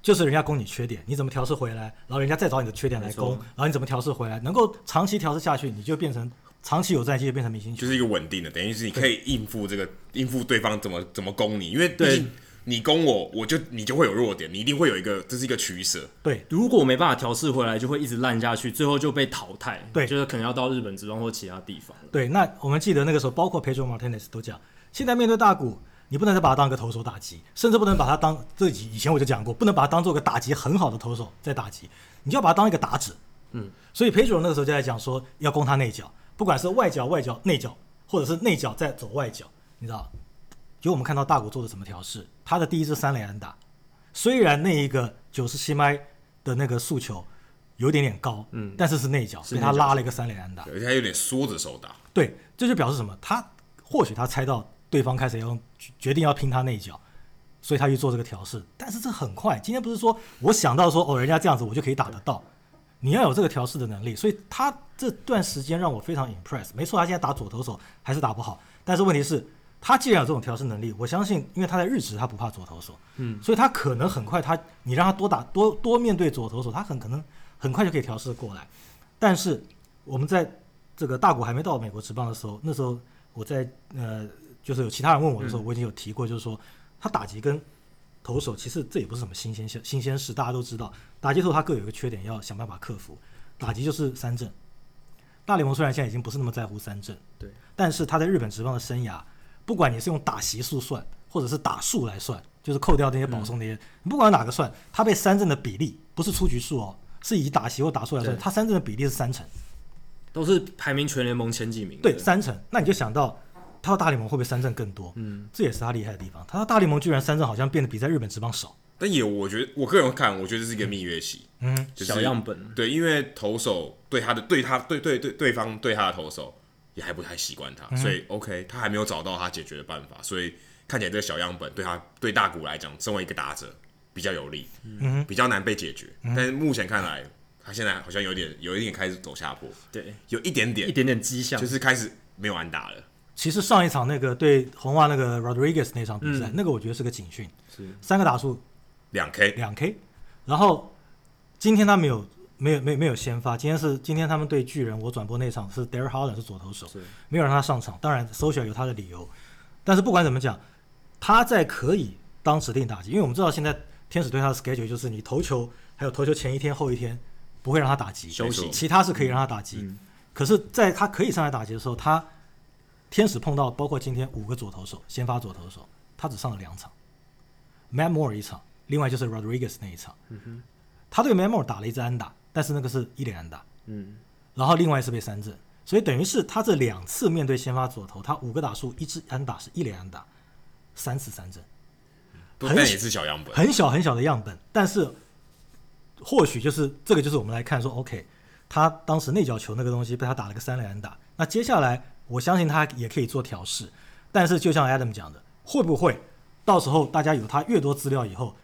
就是人家攻你缺点，你怎么调试回来，然后人家再找你的缺点来攻，
没
然后你怎么调试回来，能够长期调试下去，你就变成长期有战绩，就变成明星球
就是一个稳定的，等于是你可以应付这个应付对方怎么怎么攻你，因为毕
对
竟你攻我，我就你就会有弱点，你一定会有一个，这是一个取舍。
对
如果没办法调试回来，就会一直烂下去，最后就被淘汰。
对
就是可能要到日本职棒或其他地方了。
对，那我们记得那个时候，包括 Pedro Martinez 都讲，现在面对大谷，你不能再把他当个投手打击，甚至不能把他当自己以前我就讲过，不能把他当做个打击很好的投手在打击，你就要把他当一个打者。嗯，所以 Pedro 那个时候就在讲说，要攻他内角，不管是外角、外角、内角，或者是内角再走外角，你知道，就我们看到大谷做的什么调试，他的第一支三垒安打，虽然那一个九十七迈的那个诉求有点点高，嗯，但是是内角，
是
被他
内角
拉了一个三垒安打。
对而且还有点缩着手打，
对，这就表示什么？他或许他猜到对方开始要用决决定要拼他内角，所以他去做这个调试。但是这很快，今天不是说我想到说哦，人家这样子我就可以打得到，你要有这个调试的能力。所以他这段时间让我非常 impress。没错，他现在打左投手还是打不好，但是问题是。他既然有这种调试能力，我相信，因为他在日职他不怕左投手，嗯，所以他可能很快他你让他多打多多面对左投手，他很可能很快就可以调试过来。但是我们在这个大谷还没到美国职棒的时候，那时候我在呃，就是有其他人问我的时候，
嗯
我已经有提过，就是说他打击跟投手其实这也不是什么新鲜事，新鲜事大家都知道，打击投手他各有一个缺点，要想办法克服。打击就是三振，大联盟虽然现在已经不是那么在乎三振，
对，
但是他在日本职棒的生涯，不管你是用打席数算，或者是打数来算，就是扣掉那些保
嗯
送那些，你不管哪个算，他被三振的比例不是出局数哦，是以打席或打数来算，
对
他三振的比例是三成。
都是排名全联盟前几名的。
对，三成，那你就想到他到大联盟会不会三振更多？嗯，这也是他厉害的地方。他到大联盟居然三振好像变得比在日本职棒少。
但也我觉得我个人看，我觉得这是一个蜜月期，
嗯，
就是
小样本
对，因为投手对他的对他对对对对方对他的投手也还不太习惯
嗯
他，所以 OK，他还没有找到他解决的办法，所以看起来这个小样本对他对大谷来讲，身为一个打者比较有利，嗯，比较难被解决。但是目前看来，他现在好像有点有一点开始走下坡，
对，
有一点点
一，点点迹象。
就是开始没有安打了。
其实上一场那个对红袜那个 Rodriguez 那场比赛，那个我觉嗯得是个警讯，三个打数
两 K，
两 K，然后今天他没有没有没有没有先发，今天是今天他们对巨人，我转播那场是 Derek Holland 是左投手，没有让他上场，当然 Social 有他的理由，但是不管怎么讲，他在可以当指定打击，因为我们知道现在天使队他的 schedule 就是你投球还有投球前一天后一天不会让他打击
休息嗯
其他是可以让他打击，可是在他可以上来打击的时候，他天使碰到包括今天五个左投手，先发左投手，他只上了两场，Matt Moore 一场，另外就是 Rodriguez 那一场，
嗯
他对 Matt Moore 打了一支安打，但是那个是一连安打，
嗯，
然后另外一次被三振，所以等于是他这两次面对先发左投，他五个打数，一支安打是一连安打，三次三振，
不
很
但
小
也是小样本，
很小很小的样本，但是或许就是这个就是我们来看说，OK，他当时内角球那个东西被他打了个三连打，那接下来我相信他也可以做调试，但是就像 Adam 讲的，会不会到时候大家有他越多资料以后，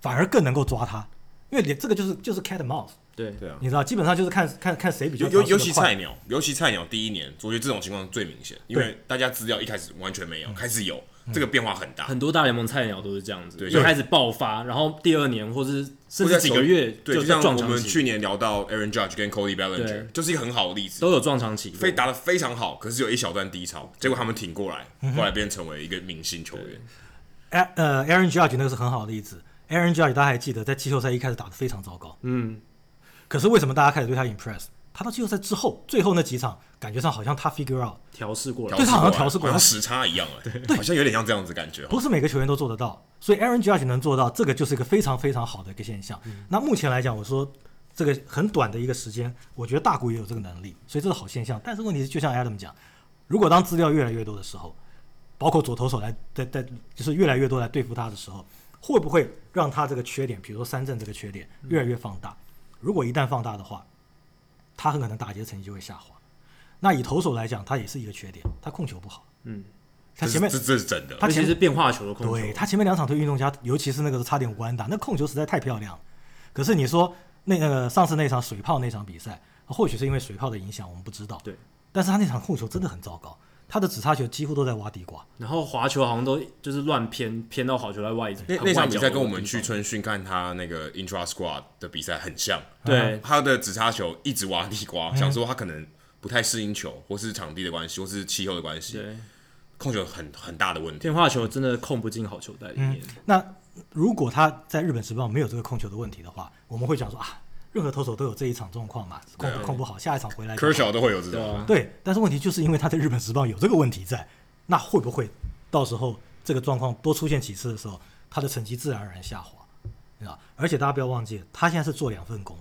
反而更能够抓他？因为连这个就是就是 cat and mouse，
对
对啊。
你知道，基本上就是看看看谁比较
尤尤
调试得
尤其
快
菜鸟，尤其菜鸟第一年，我觉得这种情况最明显，因为大家资料一开始完全没
嗯
有，开始有，这个变化很大。
很多大联盟菜鸟都是这样子，
对
一开始爆发，然后第二年或是甚
或者
至几个月
对，就像
撞
我
墙
们去
期，
年聊到 Aaron Judge 跟 Cody
对
Bellinger，就是一个很好的例子，
都有撞墙期过。
非打得非常好，可是有一小段低潮，结果他们挺过来，
嗯
后来变成为一个明星球员。
A- 呃 Aaron Judge 那个是很好的例子。Aaron Judge 大家还记得，在季后赛一开始打得非常糟糕，嗯，可是为什么大家开始对他 impress？他到季后赛之后，最后那几场感觉上好像他 figure out，
调试过来，
对他好像
调
调
试
试
过
过
来
来
好像时差一样哎，好像有点像这样子感觉。
不是每个球员都做得到，所以 Aaron Judge 能做到，这个就是一个非常非常好的一个现象。那目前来讲，我说这个很短的一个时间，我觉得大谷也有这个能力，所以这是好现象。但是问题是，就像 Adam 讲，如果当资料越来越多的时候，包括左投手来在在就是越来越多来对付他的时候，会不会让他这个缺点，比如说三振这个缺点越来越放大？如果一旦放大的话，他很可能打击的成绩就会下滑。那以投手来讲，他也是一个缺点，他控球不好。
嗯，
他前面
这是这这是真的，
他
尤
前
其是变化球的控球，
对他前面两场对运动家，尤其是那个时候差点无安打，那控球实在太漂亮了。可是你说那呃上次那场水泡那场比赛，或许是因为水泡的影响，我们不知道。
对，
但是他那场控球真的很糟糕，他的指叉球几乎都在挖地瓜。
然后滑球好像都就是乱偏偏到好球在外
那那场比赛跟我们去
吹，
春训看他那个 intra squad 的比赛很像，
对嗯
他的直插球一直挖地瓜， 想说他可能不太适应球，或是场地的关系，或是气候的关系，
对
控球很很大的问题。
变化球真的控不进好球袋里面，
嗯
那如果他在日本职棒没有这个控球的问题的话，我们会讲说啊，任何投手都有这一场状况嘛，控
对啊
控不好，下一场回来就好。
科小都会有这
对
种，
啊，
对，但是问题就是因为他在日本时报有这个问题在，那会不会到时候这个状况多出现几次的时候，他的成绩自然而然下滑，你知道？而且大家不要忘记，他现在是做两份工，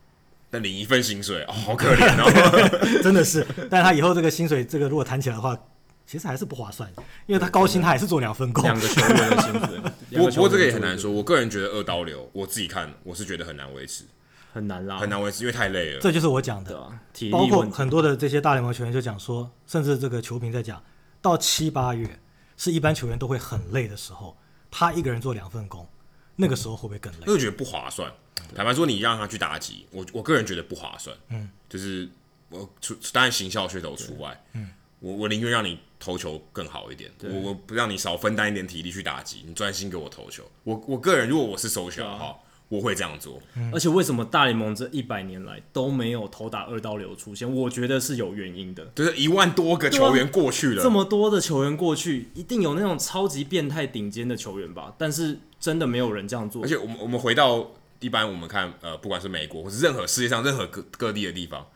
但领一份薪水，哦，好可 怜哦。
真的是。但他以后这个薪水，这个如果谈起来的话，其实还是不划算，因为他高薪他也是做两份工。
两个球员的薪资，
不过
两个
不
球员
过这个也
的
很难
薪资
说，我个人觉得二刀流，我自己看我是觉得很难维持，
很难啦，
很难维持，因为太累了。
这就是我讲
对
的，
啊，体
包
力
括
问题，
很多的这些大联盟球员就讲说，甚至这个球评在讲，到七八月是一般球员都会很累的时候，他一个人做两份工，那个时候会不会更累？
那我觉得不划算。坦白说，你让他去打击，我我个人觉得不划算。嗯，就是我除当然行销噱头除外，嗯，我我宁愿让你投球更好一点，我我不让你少分担一点体力去打击，你专心给我投球。我我个人如果我是手球的话，我会这样做。
而且为什么大联盟这一百年来都没有投打二刀流出现？我觉得是有原因的。
就是一万多个球员过去了，
这么多的球员过去，一定有那种超级变态顶尖的球员吧？但是真的没有人这样做
而。且我们我们回到一般我们看呃，不管是美国或是任何世界上任何各各地的地方，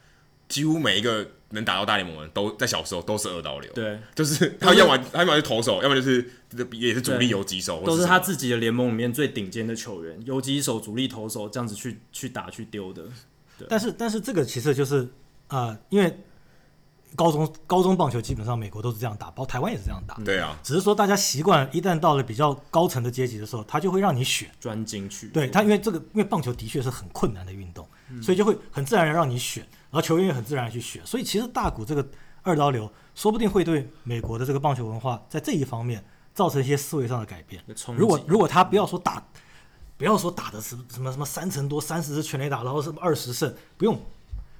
几乎每一个能打到大联盟的人都在小时候都是二刀流，，
对，
就是他要么他要么就投手，要么就是也是主力游击手，或
都
是
是
什
他
么
自己的联盟里面最顶尖的球员，游击手、主力投手这样子去去打去丢的。
但是但是这个其实就是呃，因为高中高中棒球基本上美国都是这样打，包括台湾也是这样打，
对啊，
只是说大家习惯一旦到了比较高层的阶级的时候，他就会让你选。
专精去嗯
对他，因为这个，因为棒球的确是很困难的运动，所以就会很自然的让你选，然后球员也很自然地去选，所以其实大谷这个二刀流，说不定会对美国的这个棒球文化在这一方面造成一些思维上的改变
一个冲。击
如果如果他不要说打，不要说打的是什么什么三成多、三十支全垒打，然后什么二十胜，不用，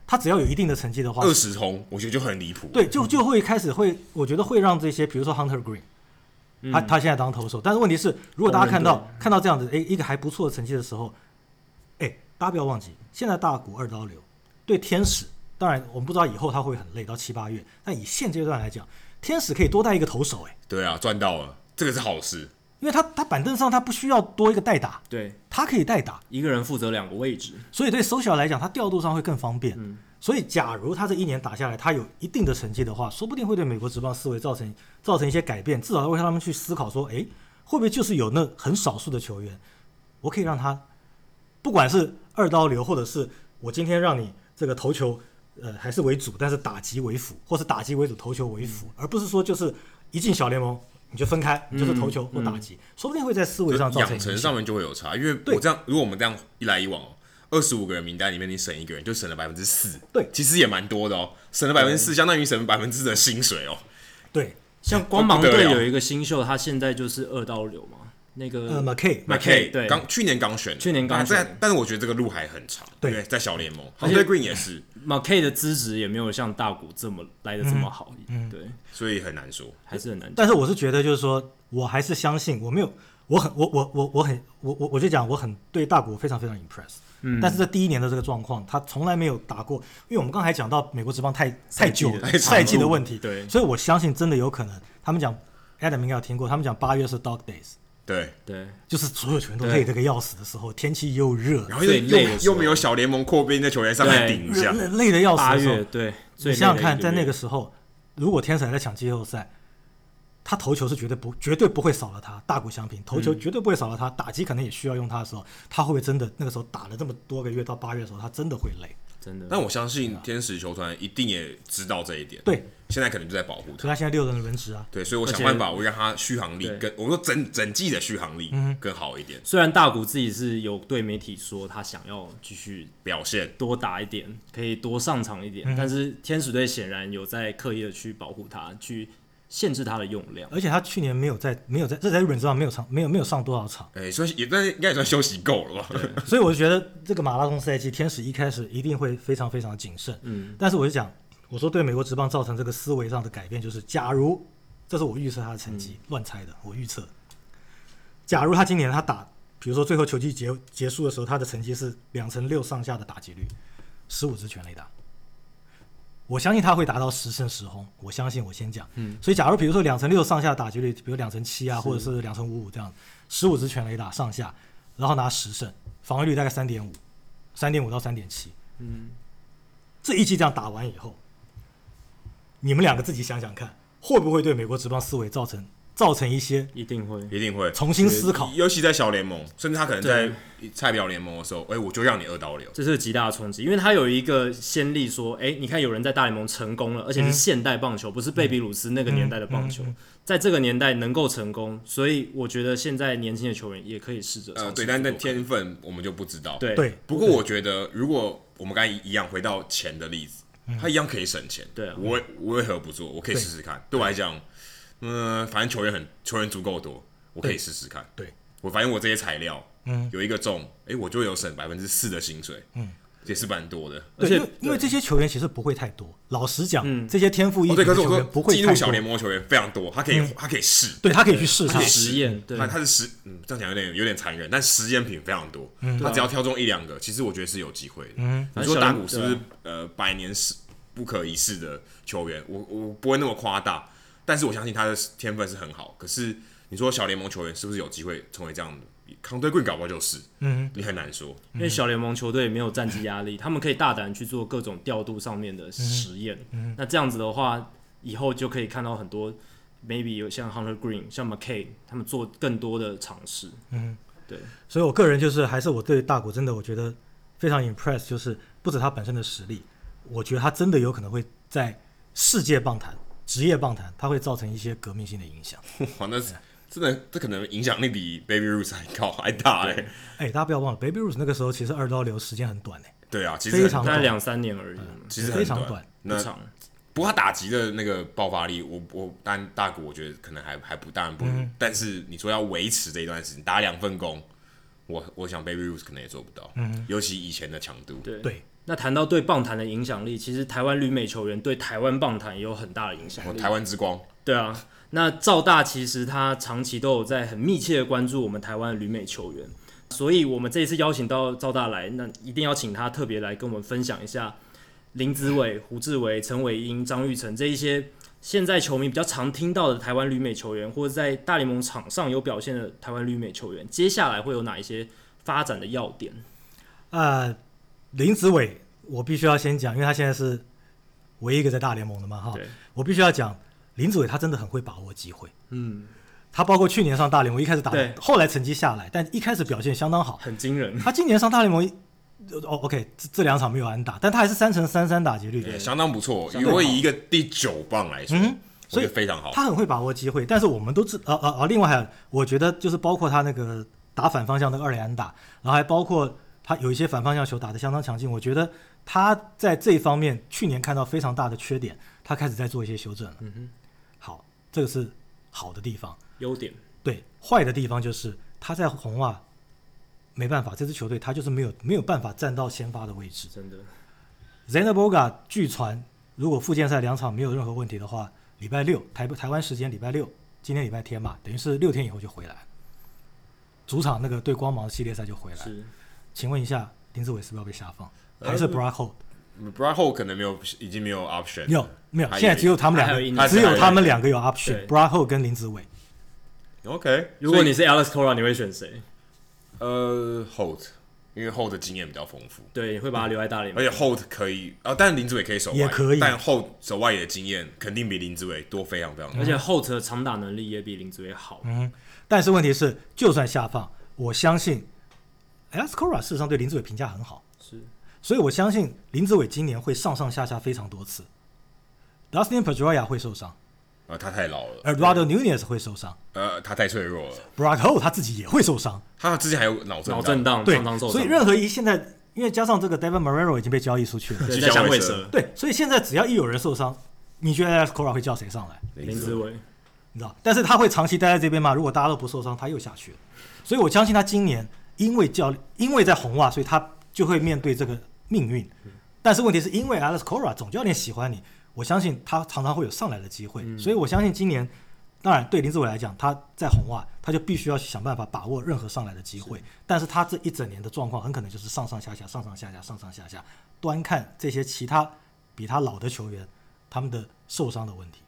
他只要有一定的成绩的话，
二十轰我觉得就很离谱，
对，就就会开始会，我觉得会让这些，比如说 Hunter Green，他他现在当投手，但是问题是，如果大家看
红
到看到这样子，诶，一个还不错的成绩的时候，诶，大家不要忘记，现在大股二刀流对天使，当然我们不知道以后他会不会很累到七八月，但以现阶段来讲，天使可以多带一个投手，诶，
对啊，赚到了，这个是好事，
因为他他板凳上他不需要多一个代打，
对，
他可以代打，
一个人负责两个位置，
所以对 social 来讲，他调度上会更方便。
嗯
所以假如他这一年打下来，他有一定的成绩的话，说不定会对美国职棒思维造成造成一些改变，至少会让他们去思考说，诶，会不会就是有那很少数的球员，我可以让他，不管是二刀流，或者是我今天让你这个投球，呃，还是为主，但是打击为辅，或是打击为主，投球为
嗯
辅，而不是说就是一进小联盟你就分开，你就是投球或打击，说不定会在思维上
嗯
造成
养
影响
成。上面就会有差，因为
对
我这样，如果我们这样一来一往哦，二十五个人名单里面你省一个人，就省了百分之四，
对
其实也蛮多的哦，省了百分之四，相当于省百分之的薪水哦，
对，
像光芒
不得
队
了
有一个新秀，他现在就是二刀流嘛。那
呃
嗯
个
，McKay。
McKay
对
刚去年刚选的，
去年刚
但
选的
在但是我觉得这个路还很长，
对
因为在小联盟，Hunter Green 也是，
McK 的资质也没有像大谷这么来的这么好，对，
所以很难说。
还是很难讲。
嗯但是我是觉得，就是说我还是相信，我没有，我很，我我我我很，我我我就讲，我很对大谷非常非常 impress。嗯，但是这第一年的这个状况，他从来没有打过，因为我们刚才讲到美国职棒太太久
的
了
太长
赛季的
路
问题，
对
所以我相信真的有可能。他们讲 Adam 应该有听过，他们讲八月是 dog days，
对，
对，
就是所有球员都
对
累得个要死的时候，天气又热，
然后又
最累的
又
时候
又没有小联盟扩编的球员上来
对
顶一
热
下，
累累得要死
八
的时候
月，对，最累
哦你
的
想想
一
看，在那
月
个时候，如果天使还在抢季后赛，他投球是绝对不绝对不会少了他。大谷翔平投球绝对不会少了他，打击可能也需要用他的时候，他会不会真的那个时候打了这么多个月到八月的时候，他真的会累？
真的。
但我相信天使球团一定也知道这一点，
对，
现在可能就在保护
所以
他。
他现在六人轮值啊，
对，所以我
而
想
且
办法，我让他续航力
对
更，我说整整季的续航力更好一点，
虽然大谷自己是有对媒体说他想要继续
表现。
多打一点，可以多上场一
嗯
点，但是天使队显然有在刻意的去保护他，去限制他的用量。
而且他去年没有在没有在这在日本职棒没有上没有没有上多少场，
哎、所以也但是应该也算休息够了吧？
所以我就觉得这个马拉松赛季，天使一开始一定会非常非常谨慎。嗯，但是我就讲，我说对美国职棒造成这个思维上的改变，就是假如这是我预测他的成绩，乱猜的，我预测，假如他今年他打，比如说最后球季结结束的时候，他的成绩是两成六上下的打击率，十五支全垒打。我相信他会达到十胜十轰，我相信我先讲。嗯，所以假如比如说两成六上下的打击率，比如两成七啊，或者是两成五五这样，十五支全垒打上下，然后拿十胜，防御率大概三点五，三点五到三点七。嗯，这一季这样打完以后，你们两个自己想想看，会不会对美国职棒思维造成造成一些
一定会，
一定会
重新思考？
尤其在小联盟，甚至他可能在菜鸟联盟的时候，哎、我就让你二刀流。
这是极大的冲击，因为他有一个先例说，哎，你看有人在大联盟成功了，而且
嗯
是现代棒球，不是贝比鲁斯那个年代的棒球，在这个年代能够成功，所以我觉得现在年轻的球员也可以试着尝
呃，
试
对，但
去
那
做看
天分我们就不知道。，
对
对，
不过我觉得，如果我们刚才一样回到钱的例子，他一样可以省钱。
对啊
我为我为何不做？我可以试试看。对我来讲，嗯、反正球员很球员足够多，我可以试试看。
对，
我反正我这些材料，
嗯，
有一个中，哎，我就有省百分之四的薪水，嗯，也是蛮多的。
而
对，
且
因为因为这些球员其实不会太多。老实讲，这些天赋异
哦，
禀
对，可
的
是我
球员不
说
会
进
太
入小联
多。
盟球员非常多，他可以他可以试，
对他可以去试
他
他
可以，
实验对
他他是实，嗯，这样讲有点有点残忍，但实验品非常多，他只要挑中一两个，其实我觉得是有机会的。嗯，你说
反正小
打
联
鼓是不是呃百年是不可一世的球员？我我不会那么夸大，但是我相信他的天分是很好。可是你说小联盟球员是不是有机会成为这样的？康队棍搞不好就是，嗯，你很难说。
因为小联盟球队没有战绩压力，他们可以大胆去做各种调度上面的实验。那这样子的话，以后就可以看到很多，maybe 有像 Hunter Green、像 McKay 他们做更多的尝试。
嗯，
对，
所以我个人就是还是我对大谷真的我觉得非常 impress，就是不止他本身的实力，我觉得他真的有可能会在世界棒坛、职业棒坛，他会造成一些革命性的影响。
哇，那是真的，这可能影响力比 Baby Ruth 还高还大欸嘞。
哎，大家不要忘了，Baby Ruth 那个时候其实二刀流时间很短呢、
对啊，其实很
非常
大概两三年而已，
其实很
非常短
不
那
长。
不过他打击的那个爆发力，我我但大谷我觉得可能还还不当然不如，
嗯
但是你说要维持这一段时间打两份工，我我想 Baby Ruth 可能也做不到，
嗯
尤其以前的强度，
对
对，
那谈到对棒坛的影响力，其实台湾旅美球员对台湾棒坛也有很大的影响
我
力。
台湾之光，
对啊，那赵大其实他长期都有在很密切的关注我们台湾的旅美球员，所以我们这一次邀请到赵大来，那一定要请他特别来跟我们分享一下林子伟、胡志伟、陈伟英、张玉成这一些现在球迷比较常听到的台湾旅美球员，或者在大联盟场上有表现的台湾旅美球员，接下来会有哪一些发展的要点？
呃，林子伟，我必须要先讲，因为他现在是唯一一个在大联盟的嘛，哈
对，
我必须要讲，林子伟他真的很会把握机会。
嗯，
他包括去年上大联盟，一开始打
对，
后来成绩下来，但一开始表现相当好。
很惊人，
他今年上大联盟，哦，OK，这这两场没有安打，但他还是三成三三打击率
也，相当不错。
相
如
当
果
好
以一个第九棒来说，我
嗯所以
觉得非常好。
他很会把握机会。但是我们都知，呃呃呃，另外还有，我觉得就是包括他那个打反方向那个二连安打，然后还包括他有一些反方向球打得相当强劲。我觉得他在这一方面去年看到非常大的缺点，他开始在做一些修正了。嗯哼，好，这个是好的地方。
优点，
对，坏的地方就是他在红袜没办法，这支球队他就是没有没有办法站到先发的位置。
真的
z e n a b o g a 据传，如果复健赛两场没有任何问题的话，礼拜六台台湾时间礼拜六，今天礼拜天嘛，等于是六天以后就回来，主场那个对光芒系列赛就回来。
是呃
请问一下，林志伟是不是要被下放？还是 Brock Holt？
Brad Holt 可能没有，已经没有 option，
没有没有，
还有
现在只有他们
还有一
两
年
个，只有他们两个有
对
option，Brock Holt 跟林志伟。
OK。
如果
所以
你是 Alex Cora，你会选谁？
呃 Holt，因为 Holt 的经验比较丰富，
对，你会把他留在大联
而
盟
且。Holt 可以啊，但林子伟可以守外，
也可以
但 Holt 守外野的经验肯定比林子伟多非常非常多
而。且后者长打能力也比林子伟好。
嗯但是问题是，就算下放，我相信 a s c o r a 事实上对林志伟评价很好，
是
所以我相信林子伟今年会上上下下非常多次。Dustin p e d r o y a 会受伤
呃，他太老
哦
了，
，Eduardo Nunez 会受伤
呃，他太脆弱了，
，Brock h o 他自己也会受伤，
他之前还有脑震
脑震
荡，
荡，
对
常常，受伤。
所以任何一现在因为加上这个 Devin Moreno 已经被交易出去了，
对
去
在
响
响
尾
尾
蛇
蛇，
对，所以现在只要一有人受伤，你觉得 Alex Cora 会叫谁上来？
林子
啊
伟，
你知道，但是他会长期待在这边嘛？如果大家都不受伤，他又下去了。所以我相信他今年因为教因为在红袜，所以他就会面对这个命运。但是问题是因为 Alex Cora 总教练喜欢你，我相信他常常会有上来的机会。所以我相信今年，当然对林志伟来讲，他在红袜他就必须要想办法把握任何上来的机会。但是他这一整年的状况很可能就是上上下下、上上下下、上上下下，端看这些其他比他老的球员他们的受伤的问题。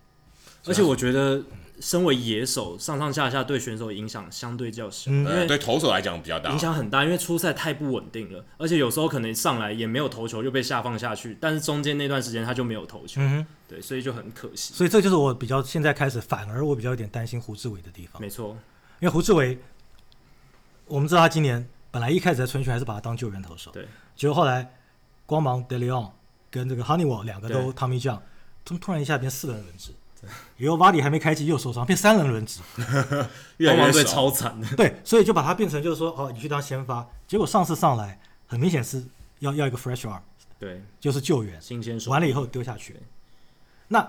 而且我觉得身为野手，上上下下对选手影响相对较小，
嗯
因
呃，
为
对投手来讲比较大
影，响很大，因为初赛太不稳定了，而且有时候可能上来也没有投球就被下放下去，但是中间那段时间他就没有投球，
嗯哼。
对，所以就很可惜。
所以这就是我比较现在开始，反而我比较有点担心胡志伟的地
啊
方，
没错，
因为胡志伟，我们知道他今年本来一开始在春训还是把他当救援投手，
对，
结果后来光芒 De Leon 跟这个 Honeywell 两个
对
都 Tommy John，他们突然一下变四人轮值，以后 Vadi 还没开机又受伤，变三人轮 值，
越来越
光芒队
少
超惨的，
对，所以就把他变成就是说，哦，你去当先发，结果上次上来很明显是要要一个 fresh arm，
对，
就是救援，
新鲜手
完了以后丢下去
对。
那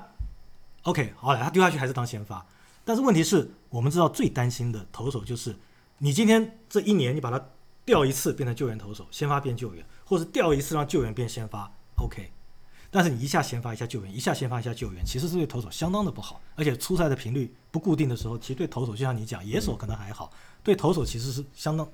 OK，好了，他丢下去还是当先发，但是问题是我们知道最担心的投手就是，你今天这一年你把他调一次变成救援投手，先发变救援，或者调一次让救援变先发，OK。但是你一下先发一下救援，一下先发一下救援，其实是对投手相当的不好，而且出赛的频率不固定的时候，其实对投手就像你讲，野手可能还好，对投手其实是相当，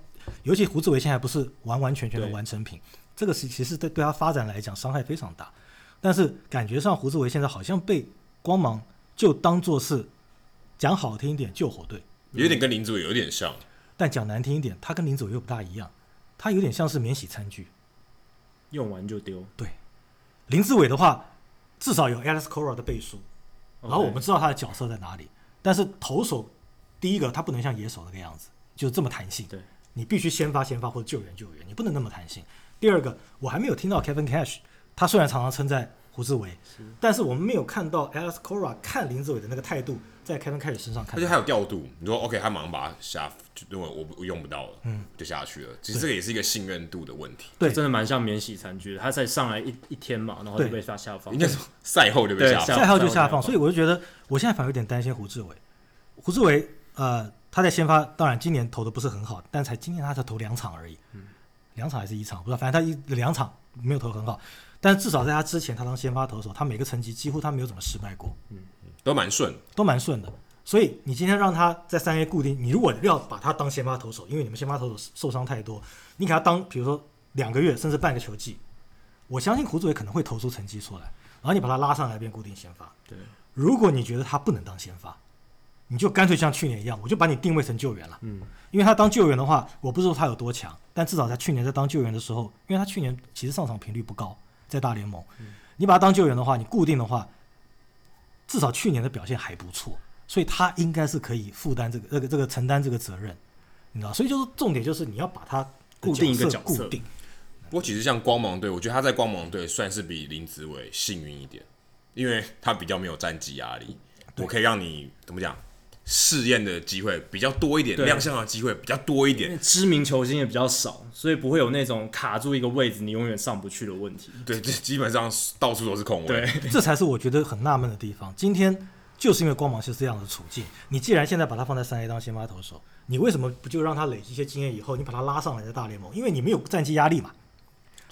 尤其胡志伟现在不是完完全全的
对
完成品，这个是其实对对他发展来讲伤害非常大。但是感觉上胡志伟现在好像被光芒就当做是讲好听一点救火队，
有点跟林子伟有点像，
但讲难听一点，他跟林左又不大一样，他有点像是免洗餐具。
用完就丢。
对，林志伟的话，至少有 Alex Cora 的背书，然后
OK
我们知道他的角色在哪里。但是投手，第一个他不能像野手那个样子，就是这么弹性。
对，
你必须先发先发或者救援救援，你不能那么弹性。第二个，我还没有听到 Kevin Cash，他虽然常常称赞胡志伟，但是我们没有看到 Alex Cora 看林志伟的那个态度，在 Kevin Cash 身上看
而
到
且。还有调度，你说 OK，他马上把他下，就认为我不我用不到了，嗯，就下去了。其实这个也是一个信任度的问题，
对
真的蛮像免洗餐具的，他才上来一一天嘛，然后
对
就被下下放
应。该说赛后就被
对
下放
下
赛后就下
赛后
放，
就
所以我就觉得我现在反而有点担心胡志伟。胡志伟，呃，他在先发，当然今年投的不是很好，但才今年他才投两场而已，两场还是一场，不知道，反正他一两场没有投很好，但至少在他之前，他当先发投手，他每个层级几乎他没有怎么失败过，
都蛮顺，
都蛮顺的。所以你今天让他在三 A 固定，你如果要把他当先发投手，因为你们先发投手受伤太多，你给他当比如说两个月甚至半个球季，我相信胡志伟可能会投出成绩出来，然后你把他拉上来变固定先发，
对，
如果你觉得他不能当先发，你就干脆像去年一样，我就把你定位成救援了。嗯，因为他当救援的话，我不知道他有多强，但至少他去年在当救援的时候，因为他去年其实上场频率不高，在大联盟，
嗯
你把他当救援的话，你固定的话，至少去年的表现还不错，所以他应该是可以负担这个这个这个承担这个责任，你知道，所以就是重点就是你要把他的
固定一个角
固
色
定，
不过其实像光芒队，我觉得他在光芒队算是比林子伟幸运一点，因为他比较没有战绩压力，我可以让你怎么讲试验的机会比较多一点，
对
亮相的机会比较多一
因
点。
为知名球星也比较少，所以不会有那种卡住一个位置你永远上不去的问题。
对，这基本上到处都是空位
对。
这才是我觉得很纳闷的地方。今天就是因为光芒是这样的处境，你既然现在把他放在三 A 当先发投手，你为什么不就让他累积一些经验以后，你把他拉上来在大联盟？因为你没有战绩压力嘛。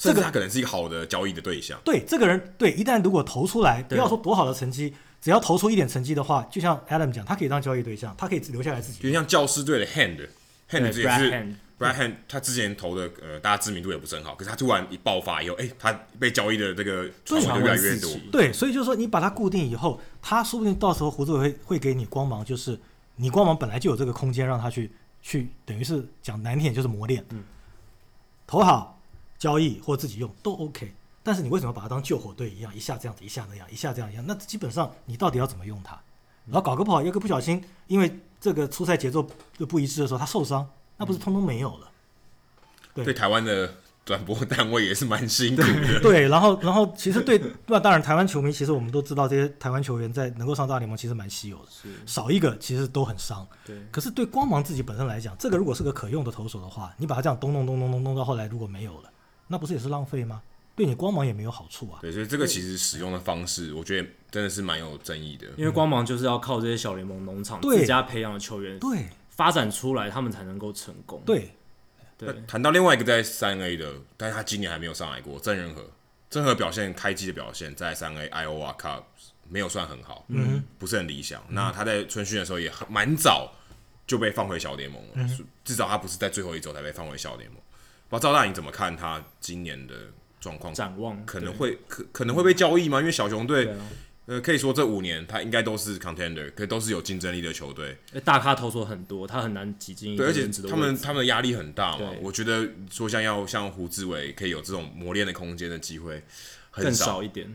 甚至他可能是一个好的交易的对象。
对，这个人对，一旦如果投出来，不
对
要说多好的成绩，只要投出一点成绩的话，就像 Adam 讲，他可以当交易对象，他可以留下来自
有
己。
点像教师队的 Hand，Hand
对
这也是
Brad Hand
Brad Hand，他之前投的呃，大家知名度也不是很好，可是他突然一爆发以后，哎、他被交易的这个传闻就越来越多
传闻四。起
对，所以就是说，你把他固定以后，他说不定到时候胡志伟会会给你光芒，就是你光芒本来就有这个空间让他去去，等于是讲难听点就是磨练。投好、交易或自己用都 OK。但是你为什么把它当救火队一样，一下这样子，一下那样，一下这样一样？那基本上你到底要怎么用它？然后搞个不好，一个不小心，因为这个出赛节奏不不一致的时候，他受伤，那不是通通没有了？对
对台湾的转播单位也是蛮辛苦的。
对，然后然后其实对，那当然台湾球迷其实我们都知道，这些台湾球员在能够上大联盟其实蛮稀有的，
是
少一个其实都很伤。
对，
可是对光芒自己本身来讲，这个如果是个可用的投手的话，你把它这样咚咚咚咚咚咚到后来如果没有了，那不是也是浪费吗？对你光芒也没有好处啊。
对，所以这个其实使用的方式，我觉得真的是蛮有争议的。
因为光芒就是要靠这些小联盟农场
对
自家培养的球员
对
发展出来，他们才能够成功。
对，
那
对，
谈到另外一个在三 A 的，但是他今年还没有上来过，郑仁和，郑和表现开机的表现在三 A Iowa Cup 没有算很好，嗯，不是很理想。那他在春训的时候也很蛮早就被放回小联盟了，是至少他不是在最后一周才被放回小联盟。不知道赵大你怎么看他今年的状况？
展望
可能
对
会可可能会被交易吗？因为小熊队
对啊，
呃，可以说这五年他应该都是 contender，可都是有竞争力的球队。
诶大咖投手很多，他很难挤进一
对，
个
而且
轮值的
他
位
们
置
他们的压力很大嘛
对。
我觉得说像要像胡志伟可以有这种磨练的空间的机会很
更
少。
少一点。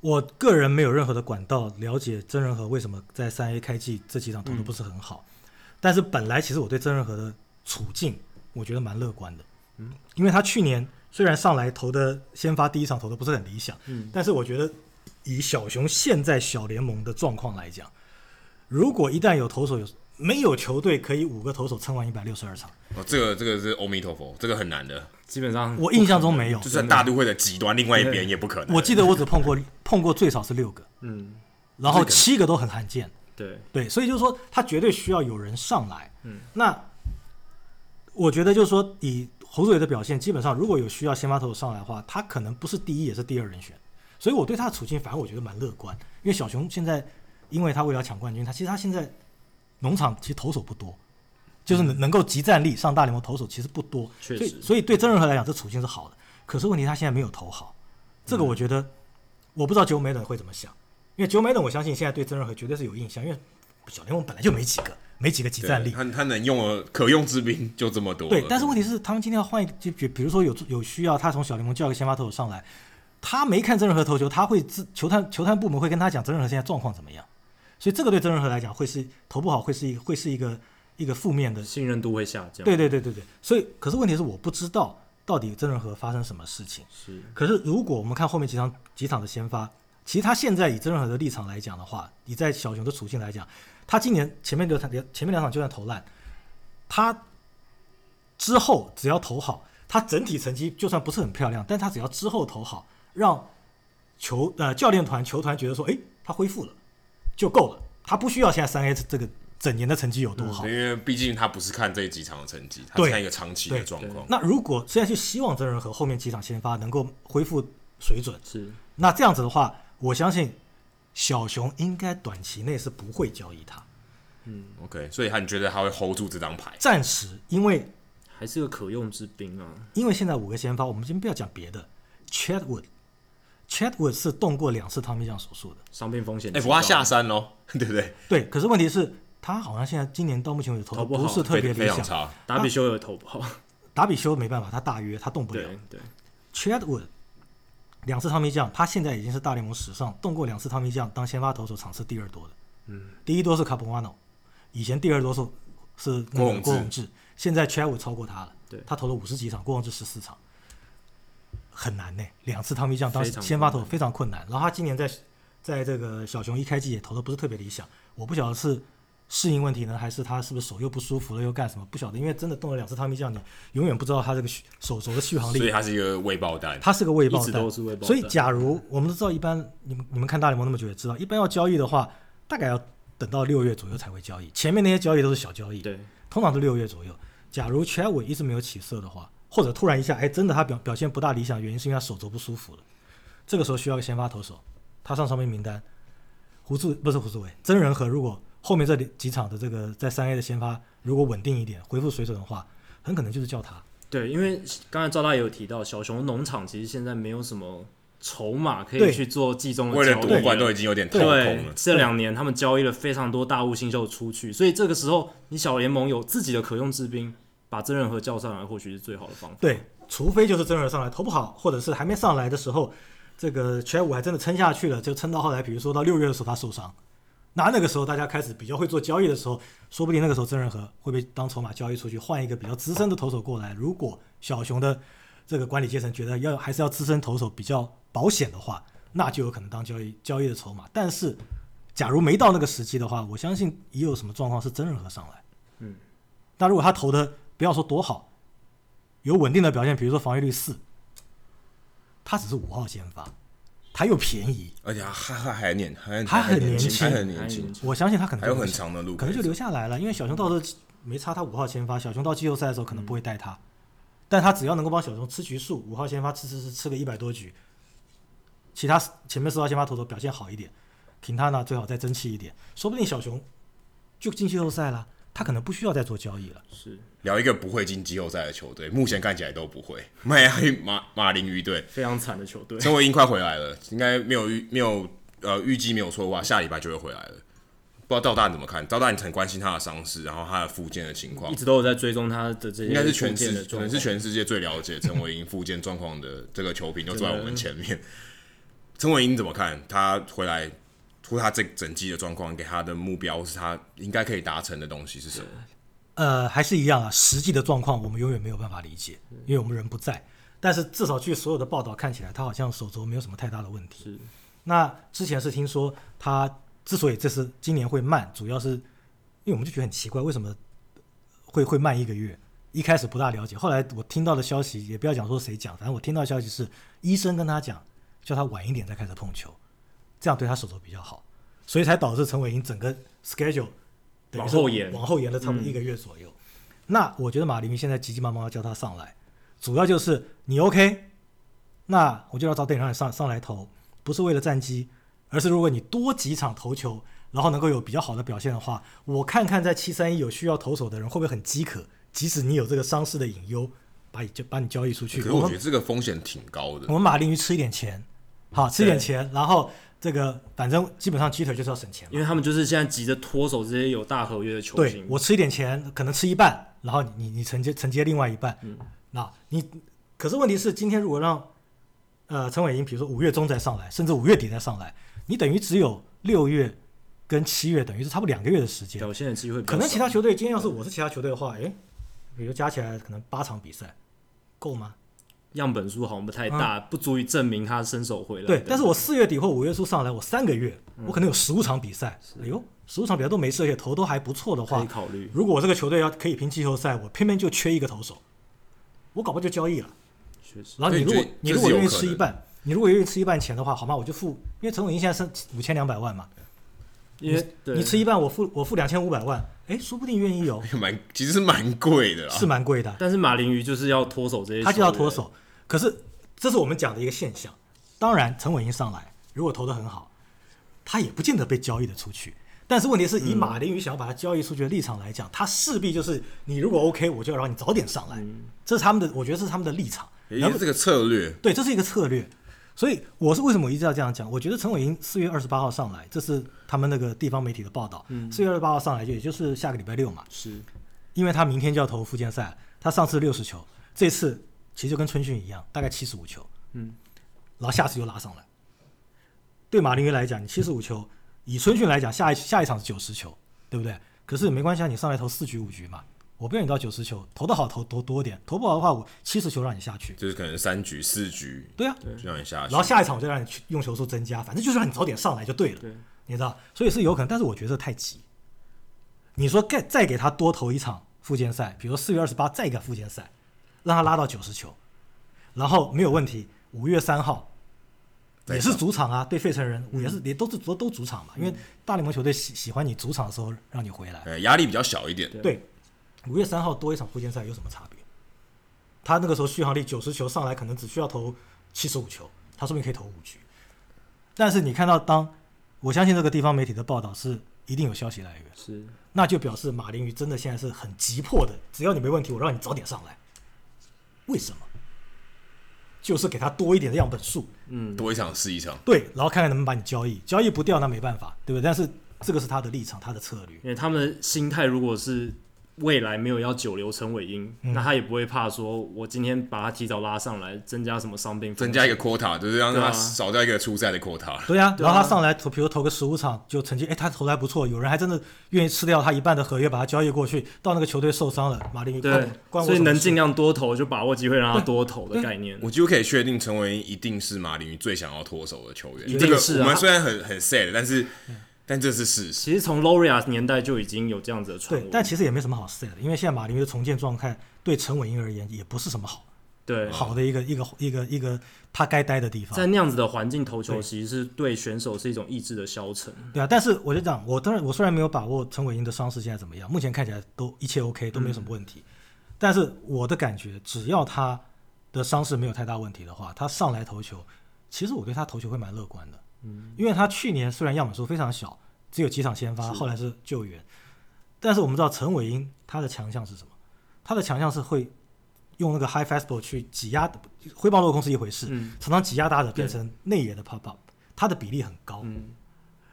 我个人没有任何的管道了解曾仁和为什么在三 A 开季这几场投的不是很好，但是本来其实我对曾仁和的处境，我觉得蛮乐观的，嗯，因为他去年虽然上来投的先发第一场投的不是很理想，嗯，但是我觉得以小熊现在小联盟的状况来讲，如果一旦有投手有没有球队可以五个投手撑完一百六十二场，
哦，这个这个是阿弥陀佛，这个很难
哦
的，
基本上
我印象中没有，
就算大都会的极端，另外一边也不可能。
我记得我只碰过碰过最少是六个，
嗯，
然后七个都很罕见。
对，
对，所以就是说，他绝对需要有人上来。嗯，那我觉得就是说，以侯志伟的表现，基本上如果有需要先发投手上来的话，他可能不是第一，也是第二人选。所以我对他的处境，反而我觉得蛮乐观，因为小熊现在，因为他为了要抢冠军，他其实他现在农场其实投手不多，就是能能够集战力上大联盟投手其实不多，
嗯确
所
实
以所以对曾仁和来讲，这处境是好的。可是问题他现在没有投好，这个
嗯
我觉得、我不知道九美等会怎么想，因为九美等我相信现在对曾仁和绝对是有印象，因为小联盟本来就没几个，没几个集
对
战力。
他他能用的可用之兵就这么多了。
对，但是问题是，他们今天要换一个，就比比如说有有需要，他从小联盟叫一个先发投手上来，他没看曾仁和投球，他会自球探球探部门会跟他讲曾仁和现在状况怎么样，所以这个对曾仁和来讲会是投不好，会是一会是一个一个负面的。
信任度会下降。
对对对对对，所以可是问题是我不知道到底曾仁和发生什么事情。
是
可是如果我们看后面几场几场的先发，其实他现在以曾仁和的立场来讲的话，以在小熊的处境来讲，他今年前面六场前面两场就算投烂，他之后只要投好，他整体成绩就算不是很漂亮，但他只要之后投好，让球呃教练团球团觉得说，哎，他恢复了就够了，他不需要现在三 A 这个整年的成绩有多好。
对因为毕竟他不是看这几场的成绩，他
对
是看一个长期的状况。
那如果现在就希望曾仁和后面几场先发能够恢复水准，
是，
那这样子的话，我相信小熊应该短期内是不会交易他，
OK，所以他你觉得他会 hold 住这张牌？
暂时，因为
还是个可用之兵啊。
因为现在五个先发，我们先不要讲别的，Chadwood，Chadwood 是动过两次汤米酱手术的，
伤病风险
哎，
提
不怕
高
下山喽， 对不对？
对，可是问题是，他好像现在今年到目前为止投
投
的
不好
不是特别
非
理
非常
想，
差。
达比修也投不好。
啊
达比修没办法，他大约他动不了
对对，
，Chadwood。两次汤米酱，他现在已经是大联盟史上动过两次汤米酱当先发投手场次第二多的，嗯，第一多是卡布瓦诺，以前第二多数是那
郭
个
宏
郭
志
宏志，现在 c h a w 超过他了，
对
他投了五十几场，郭宏志十四场，很难呢、两次汤米酱当
非常
先发投非常困难，然后他今年在在这个小熊一开季也投的不是特别理想，我不晓得是适应问题呢，还是他是不是手又不舒服了又干什么，不晓得，因为真的动了两次汤米酱，你永远不知道他这个续手肘的续航力
所以他是一个未爆弹。
它是个未爆
一直
弹，
都是未爆弹
所以，假如我们都知道，一般你们你们看大联盟那么久也知道，一般要交易的话，大概要等到六月左右才会交易。前面那些交易都是小交易，
对，
通常是六月左右。假如 c h a w 一直没有起色的话，或者突然一下，哎，真的他表表现不大理想，原因是因为他手肘不舒服了。这个时候需要个先发投手，他上上面名单。胡志不是胡志伟，曾仁和如果后面这里几场的这个在三 A 的先发如果稳定一点，恢复水准的话，很可能就是叫他。
对，因为刚才赵大也有提到，小熊农场其实现在没有什么筹码可以
对
去做季中的
为了
交易
夺冠都已经有点掏空
对
了，，
这两年他们交易了非常多大物新秀出去，所以这个时候你小联盟有自己的可用之兵，把曾仁和叫上来，或许是最好的方法。
对，除非就是真人上来投不好，或者是还没上来的时候，这个全武还真的撑下去了，就撑到后来，比如说到六月的时候他受伤，那那个时候大家开始比较会做交易的时候，说不定那个时候真人和会被当筹码交易出去，换一个比较资深的投手过来。如果小熊的这个管理阶层觉得要还是要资深投手比较保险的话，那就有可能当交易交易的筹码。但是，假如没到那个时期的话，我相信也有什么状况是真人和上来。
嗯，
那如果他投的不要说多好，有稳定的表现，比如说防御率四，他只是五号先发，他又便宜，
而且他还还年还
还很
年
年
轻，
轻
还很
还
年轻
年，
我相信他可能
还有
就
很
留下
长的路可以走，
可能就留下来了，因为小熊到时候没差他五号先发，小熊到季后赛的时候可能不会带他，但他只要能够帮小熊吃局数，五号先发吃吃吃吃个一百多局，其他前面四号先发投手表现好一点，平他呢最好再争气一点，说不定小熊就进季后赛了，他可能不需要再做交易了。
是
聊一个不会进季后赛的球队，目前看起来都不会。 迈阿密马马林鱼队，
非常惨的球队。
陈伟英快回来了，应该没有预没有呃预计没有错的话，下礼拜就会回来了。不知道赵大你怎么看？赵大你很关心他的伤势，然后他的复健的情况
一，直都有在追踪他的这些
应该是全
重建
世
的
可
状
能
况，
是全世界最了解陈伟英复健状况的这个球评，就坐在我们前面。陈伟英你怎么看？他回来，出他这整季的状况，给他的目标是他应该可以达成的东西是什么？
呃，还是一样啊，实际的状况我们永远没有办法理解，因为我们人不在。但是至少据所有的报道看起来，他好像手肘没有什么太大的问题。
是
那之前是听说他之所以这次今年会慢，主要是因为我们就觉得很奇怪，为什么会会慢一个月？一开始不大了解，后来我听到的消息，也不要讲说谁讲，反正我听到的消息是医生跟他讲，叫他晚一点再开始碰球，这样对他手肘比较好，所以才导致陈伟霆整个 schedule 等于
往
是
后延嗯
往后延了差不多一个月左右。那我觉得马林鱼现在急急忙忙要叫他上来，主要就是你 OK，那我就要找队让你上上来投，不是为了战绩，而是如果你多几场投球，然后能够有比较好的表现的话，我看看在七三一有需要投手的人会不会很饥渴，即使你有这个伤势的隐忧，把你就把你交易出去。
可是
我
我
们
觉得这个风险挺高的
我。们马林鱼吃一点钱，好吃一点钱，然后这个反正基本上鸡腿就是要省钱嘛。
因为他们就是现在急着脱手这些有大合约的球
对
星。
我吃一点钱，可能吃一半，然后你你你承接承接另外一半。那你可是问题是，今天如果让呃陈伟英，比如说五月中再上来，甚至五月底再上来，你等于只有六月跟七月，等于是差不多两个月的时间。
表现的机会比较
可能
少
其他球队今天要是我是其他球队的话，诶，比如加起来可能八场比赛够吗？
样本数好像不太大，不足以证明他身手回来。
啊对，嗯但是我四月底或五月初上来，我三个月，我可能有十五场比赛。哎呦，十五场比赛都没事，而且投都还不错的
可以
话，
考虑。
如果我这个球队要可以拼季后赛，我偏偏就缺一个投手，我搞不好就交易了。
确实，
然后你如
所
果
以你觉得这
你如果
是有
愿意
可
吃一
能
半，你如果愿意吃一半钱的话，好吗？我就付，因为陈伟霆现在剩五千两百万嘛，
因为对
你吃一半，我付我付两千五百万，哎，说不定愿意哦，
蛮其实是蛮贵的啦，
是蛮贵的。啊
但是马林鱼就是要脱手这些，
他就要脱。手。可是这是我们讲的一个现象。当然，陈伟霆上来如果投得很好，他也不见得被交易的出去。但是问题是以马林鱼想要把他交易出去的立场来讲，他势必就是你如果 OK，我就要让你早点上来。这是他们的，我觉得这是他们的立场。
也是这个策略。
对，这是一个策略。所以我是为什么我一直要这样讲？我觉得陈伟霆四月二十八号上来，这是他们那个地方媒体的报道。四月二十八号上来，就也就是下个礼拜六嘛。
是
因为他明天就要投复健赛了，他上次六十球，这次其实就跟春训一样，大概七十五球，嗯，然后下次又拉上来。对马林鱼来讲，你七十五球，以春训来讲，下一下一场是九十球，对不对？可是没关系啊，你上来投四局五局嘛，我不要你到九十球，投的好投投多点，投不好的话我七十球让你下去，
就是可能三局四局
对啊，
就让你下去，
然后下一场我就让你去用球数增加，反正就是让你早点上来就对了。
对
你知道，所以是有可能，但是我觉得太急。你说再再给他多投一场复健赛，比如四月二十八再一个复健赛，让他拉到九十球，然后没有问题。五月三号也是主场啊，对费城人也是也都是都都主场嘛，因为大联盟球队喜喜欢你主场的时候让你回来。
呃压力比较小一点。
对，五月三号多一场复健赛有什么差别？他那个时候续航力九十球上来，可能只需要投七十五球，他说不定可以投五局。但是你看到当，我相信这个地方媒体的报道是一定有消息来源，
是，
那就表示马林鱼真的现在是很急迫的，只要你没问题，我让你早点上来。为什么？就是给他多一点的样本数，
多一场是一场。
对，然后看看能不能把你交易，交易不掉那没办法，对不对？但是这个是他的立场，他的策略。
因为他们的心态如果是未来没有要久留陈伟英，
嗯
那他也不会怕说，我今天把他提早拉上来，增加什么伤病风险，
增加一个 quota，就是让
对啊
他少掉一个出赛的 quota。
对呀、
对啊
然后他上来投，比如投个十五场，就成绩，哎，他投的还不错，有人还真的愿意吃掉他一半的合约，把他交易过去，到那个球队受伤了，马林鱼
对
关关，我
所以
什么
能
事
尽量多投就把握机会让他多投的概念。
我几乎可以确定，陈伟英一定是马林鱼最想要脱手的球员。
一定
这个
是啊
我们虽然很很 sad，但是但这是事实。
其实从 Loria 年代就已经有这样子的传
对
闻，，
但其实也没什么好 say 的，因为现在马林鱼的重建状态对陈伟英而言也不是什么好
对
好的一个一个一个一个他该待的地方
在。那样子的环境投球，其实是对选手是一种意志的消沉。
对啊，但是我就讲，我当然我虽然没有把握陈伟英的伤势现在怎么样，目前看起来都一切 OK，都没有什么问
嗯
题。但是我的感觉，只要他的伤势没有太大问题的话，他上来投球，其实我对他投球会蛮乐观的。嗯，因为他去年虽然样本数非常小，只有几场先发，后来是救援，但是我们知道陈伟英他的强项是什么？他的强项是会用那个 high fastball 去挤压，挥棒落空是一回事，
嗯
常常挤压打者变成内野的 pop up，他的比例很高。
嗯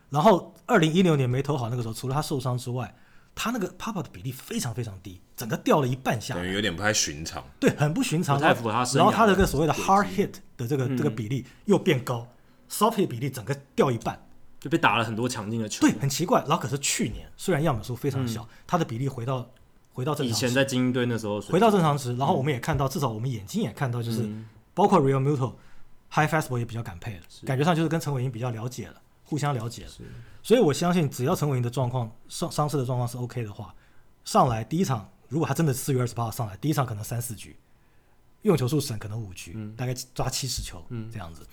然后二零一六年没投好那个时候，除了他受伤之外，他那个 pop up 的比例非常非常低，整个掉了一半
啊
下来
等于有点不太寻常。
对，很不寻常，
不太符合他生涯
然后他的这个
的嗯
所谓的 hard hit 的这个这个比例又变高，soft hit 比例整个掉一半，
就被打了很多强劲的球
对，。很奇怪。然后可是去年虽然样本数非常小，他的比例回到回到正
嗯以
常
前嗯
值，
在精英队那时候，
回到正常值。然后我们也看到，至少我们眼睛也看到，就是
嗯
包括 Real Muto high fastball 也比较敢配了，感觉上就是跟陈伟英比较了解了，互相了解了。所以我相信，只要陈伟英的状况伤伤势的状况是 OK 的话，上来第一场，如果他真的四月二十八号上来，第一场可能三四局，用球数省可能五局，
嗯
大概抓七十球、这样子。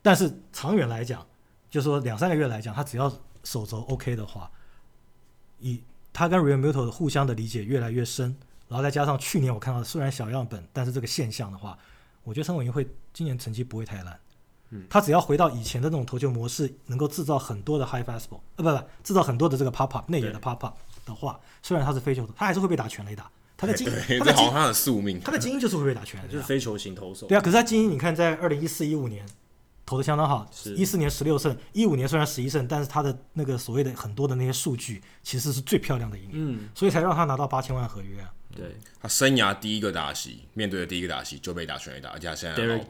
但是长远来讲，就说两三个月来讲，他只要手肘 OK 的话，以他跟 Real Muto 的互相的理解越来越深，然后再加上去年我看到的虽然小样本，但是这个现象的话，我觉得陈伟英会今年成绩不会太烂。
嗯
他只要回到以前的那种投球模式，能够制造很多的 high fastball，呃，不不，制造很多的这个 pop up 内野的 pop up 的话，虽然他是非球手，他还是会被打全垒打。他在精，
对，
他
这
在
好像，
精
他的宿命。
他在精英就是会被打全垒
就是
打。
非球型投手。
对啊，可是他精英，你看在二零一四一五年投的相当好，
是
一四年十六胜，一五年虽然十一胜，但是他的那个所谓的很多的那些数据其实是最漂亮的一年，
嗯，
所以才让他拿到八千万合约啊。
对
他生涯第一个打席，面对的第一个打席就被打全垒打，而且他现在的啊老
，Derek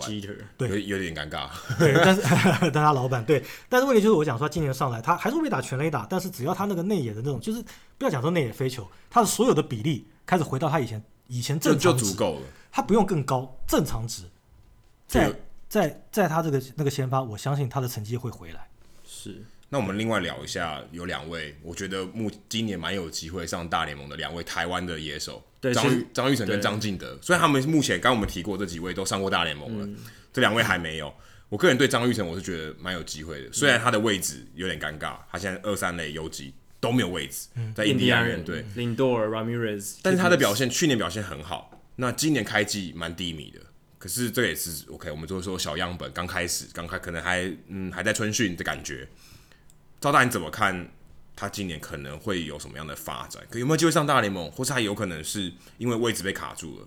板
Jeter，
有有点尴尬。
对，但是 但他老板对，但是问题就是我讲说他今年上来，他还是会被打全垒打，但是只要他那个内野的那种，就是不要讲说内野飞球，他的所有的比例开始回到他以前以前
这
正
就
常
足
值，
够了。
他不用更高，正常值，
这
在
个
在在他这个那个先发，我相信他的成绩会回来。
是
那我们另外聊一下，有两位我觉得目今年蛮有机会上大联盟的两位台湾的野手，
对
张
其
玉
实
张玉成跟
对
张敬德。虽然他们目前刚刚我们提过这几位都上过大联盟了，这两位还没有。我个人对张玉成我是觉得蛮有机会的，虽然他的位置有点尴尬，他现在二三垒游击都没有位置，在印第安人队，
，Lindor Ramirez，
但是他的表现去年表现很好，那今年开季蛮低迷的。可是这也是 OK，我们就是说小样本刚开始，刚开可能还嗯还在春训的感觉。赵大你怎么看他今年可能会有什么样的发展？可有没有机会上大联盟，或是他有可能是因为位置被卡住了，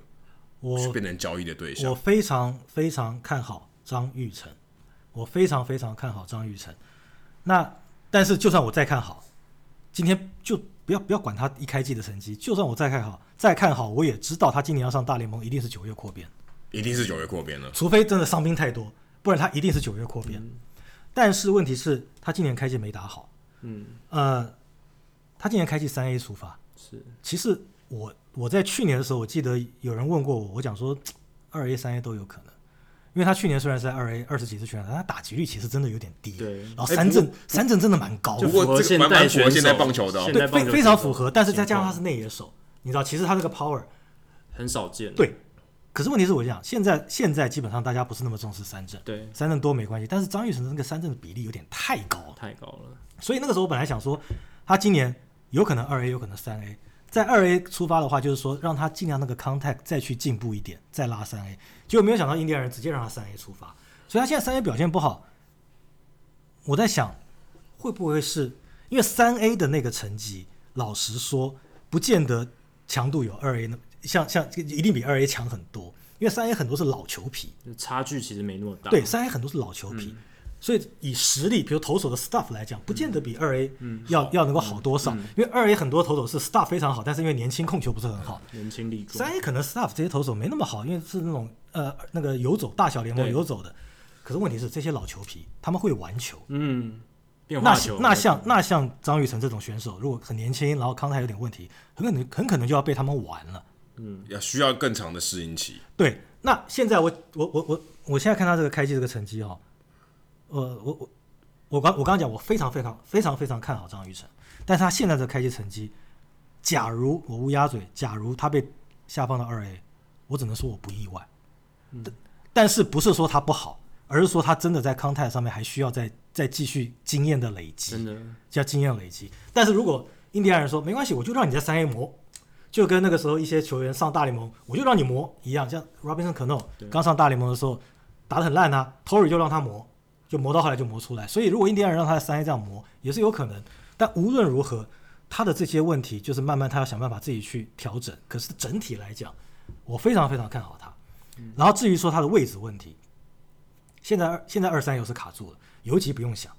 我
去变成交易的对
我
象？
非常非常看好张玉成，我非常非常看好张玉成。那但是就算我再看好，今天就不要不要管他一开季的成绩，就算我再看好再看好，我也知道他今年要上大联盟一定是九月扩编，
一定是九月扩编了，
除非真的伤兵太多，不然他一定是九月扩编。
嗯
但是问题是，他今年开季没打好，嗯，呃，他今年开季三 A 出发，
是
其实我我在去年的时候，我记得有人问过我，我讲说二 A、三 A 都有可能，因为他去年虽然是在二 A 二十几次全垒打，但他打击率其实真的有点低，
对哎
然后三振、三振真的蛮高的，
不
符
过
合
这个
现
蛮
代
蛮符合
选
现代
手
棒球的哦
现
对
代棒
非
球
非常
选手
符合，但是再加上他
情
是内野手，你知道，其实他这个 power
况很少见，
对，可是问题是我讲现在现在基本上大家不是那么重视三振，
对，
三振多没关系，但是张玉成的那个三振的比例有点太高了。
太高了，
所以那个时候我本来想说，他今年有可能二 A，有可能三 A。在二 A 出发的话，就是说让他尽量那个 contact 再去进步一点，再拉三 A。结果没有想到印第安人直接让他三 A 出发，所以他现在三 A 表现不好。我在想，会不会是因为三 A 的那个成绩，老实说，不见得强度有二 A 那像像一定比二 A 强很多，因为三 A 很多是老球皮，
就差距其实没那么大，嗯
对，三 A 很多是老球皮，所以以实力，比如投手的 stuff 来讲，不见得比二 A
嗯
要、要能够好多少，因为二 A 很多投手是 stuff 非常好，但是因为年轻控球不是很好，
年轻力壮
三。A 可能 staff 这些投手没那么好，因为是那种呃那个游走大小联盟
对
游走的。可是问题是，这些老球皮他们会玩球。
嗯，变
那
化球
那像那像张雨晨这种选手，如果很年轻，然后康泰有点问题，很可能很可能就要被他们玩了。
要需要更长的适应期。
对，那现在我我我我我现在看他这个开季这个成绩哈、哦呃，我我我刚我刚刚讲，我非常非常非常非常看好张雨晨，但是他现在这个开季成绩，假如我乌鸦嘴，假如他被下放到二 A，我只能说我不意外，
嗯
但但是不是说他不好，而是说他真的在康泰上面还需要再再继续经验的累积，
真的
叫经验累积。但是如果印第安人说没关系，我就让你在三 A 磨，就跟那个时候一些球员上大联盟，我就让你磨一样，像 Robinson Cano 刚上大联盟的时候打得很烂啊，Tory 就让他磨，就磨到后来就磨出来。所以如果印第安人让他在三 A 这样磨，也是有可能。但无论如何，他的这些问题就是慢慢他要想办法自己去调整。可是整体来讲，我非常非常看好他。然后至于说他的位置问题，现在二现在二三又是卡住了，游击不用想，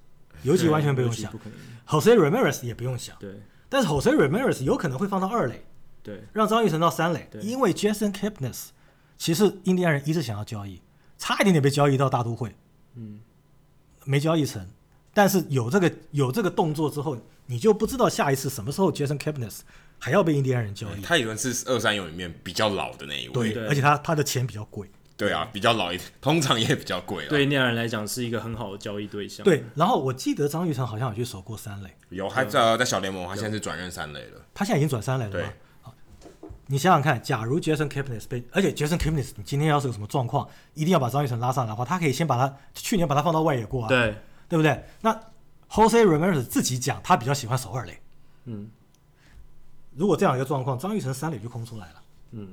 游击
对
完全不用
游击
想
不可能。
，Jose Ramirez 也不用想，
对
但是 Jose Ramirez 有可能会放到二垒，
啊
对
让张玉成到三垒，
对
因为 Jason Kipnis 其实印第安人一直想要交易，差一点点被交易到大都会，
嗯，
没交易成。但是有这个有这个动作之后，你就不知道下一次什么时候 Jason Kipnis 还要被印第安人交易。
他也算是二三游里面比较老的那一位，
对，
对
而且他他的钱比较贵。
对啊，比较老一点，通常也比较贵了。
对那样人来讲是一个很好的交易对象。
对，然后我记得张玉成好像有去守过三垒，
有他呃在在小联盟，他现在是转任三垒了。
他现在已经转三垒了吗
对？
好你想想看，假如 Jason Kipnis 被，而且 Jason Kipnis 你今天要是有什么状况，一定要把张玉成拉上来的话，他可以先把他去年把他放到外野过啊，
对
对不对？那 Jose Ramirez 自己讲，他比较喜欢守二垒。
嗯，
如果这样一个状况，张玉成三垒就空出来了。嗯，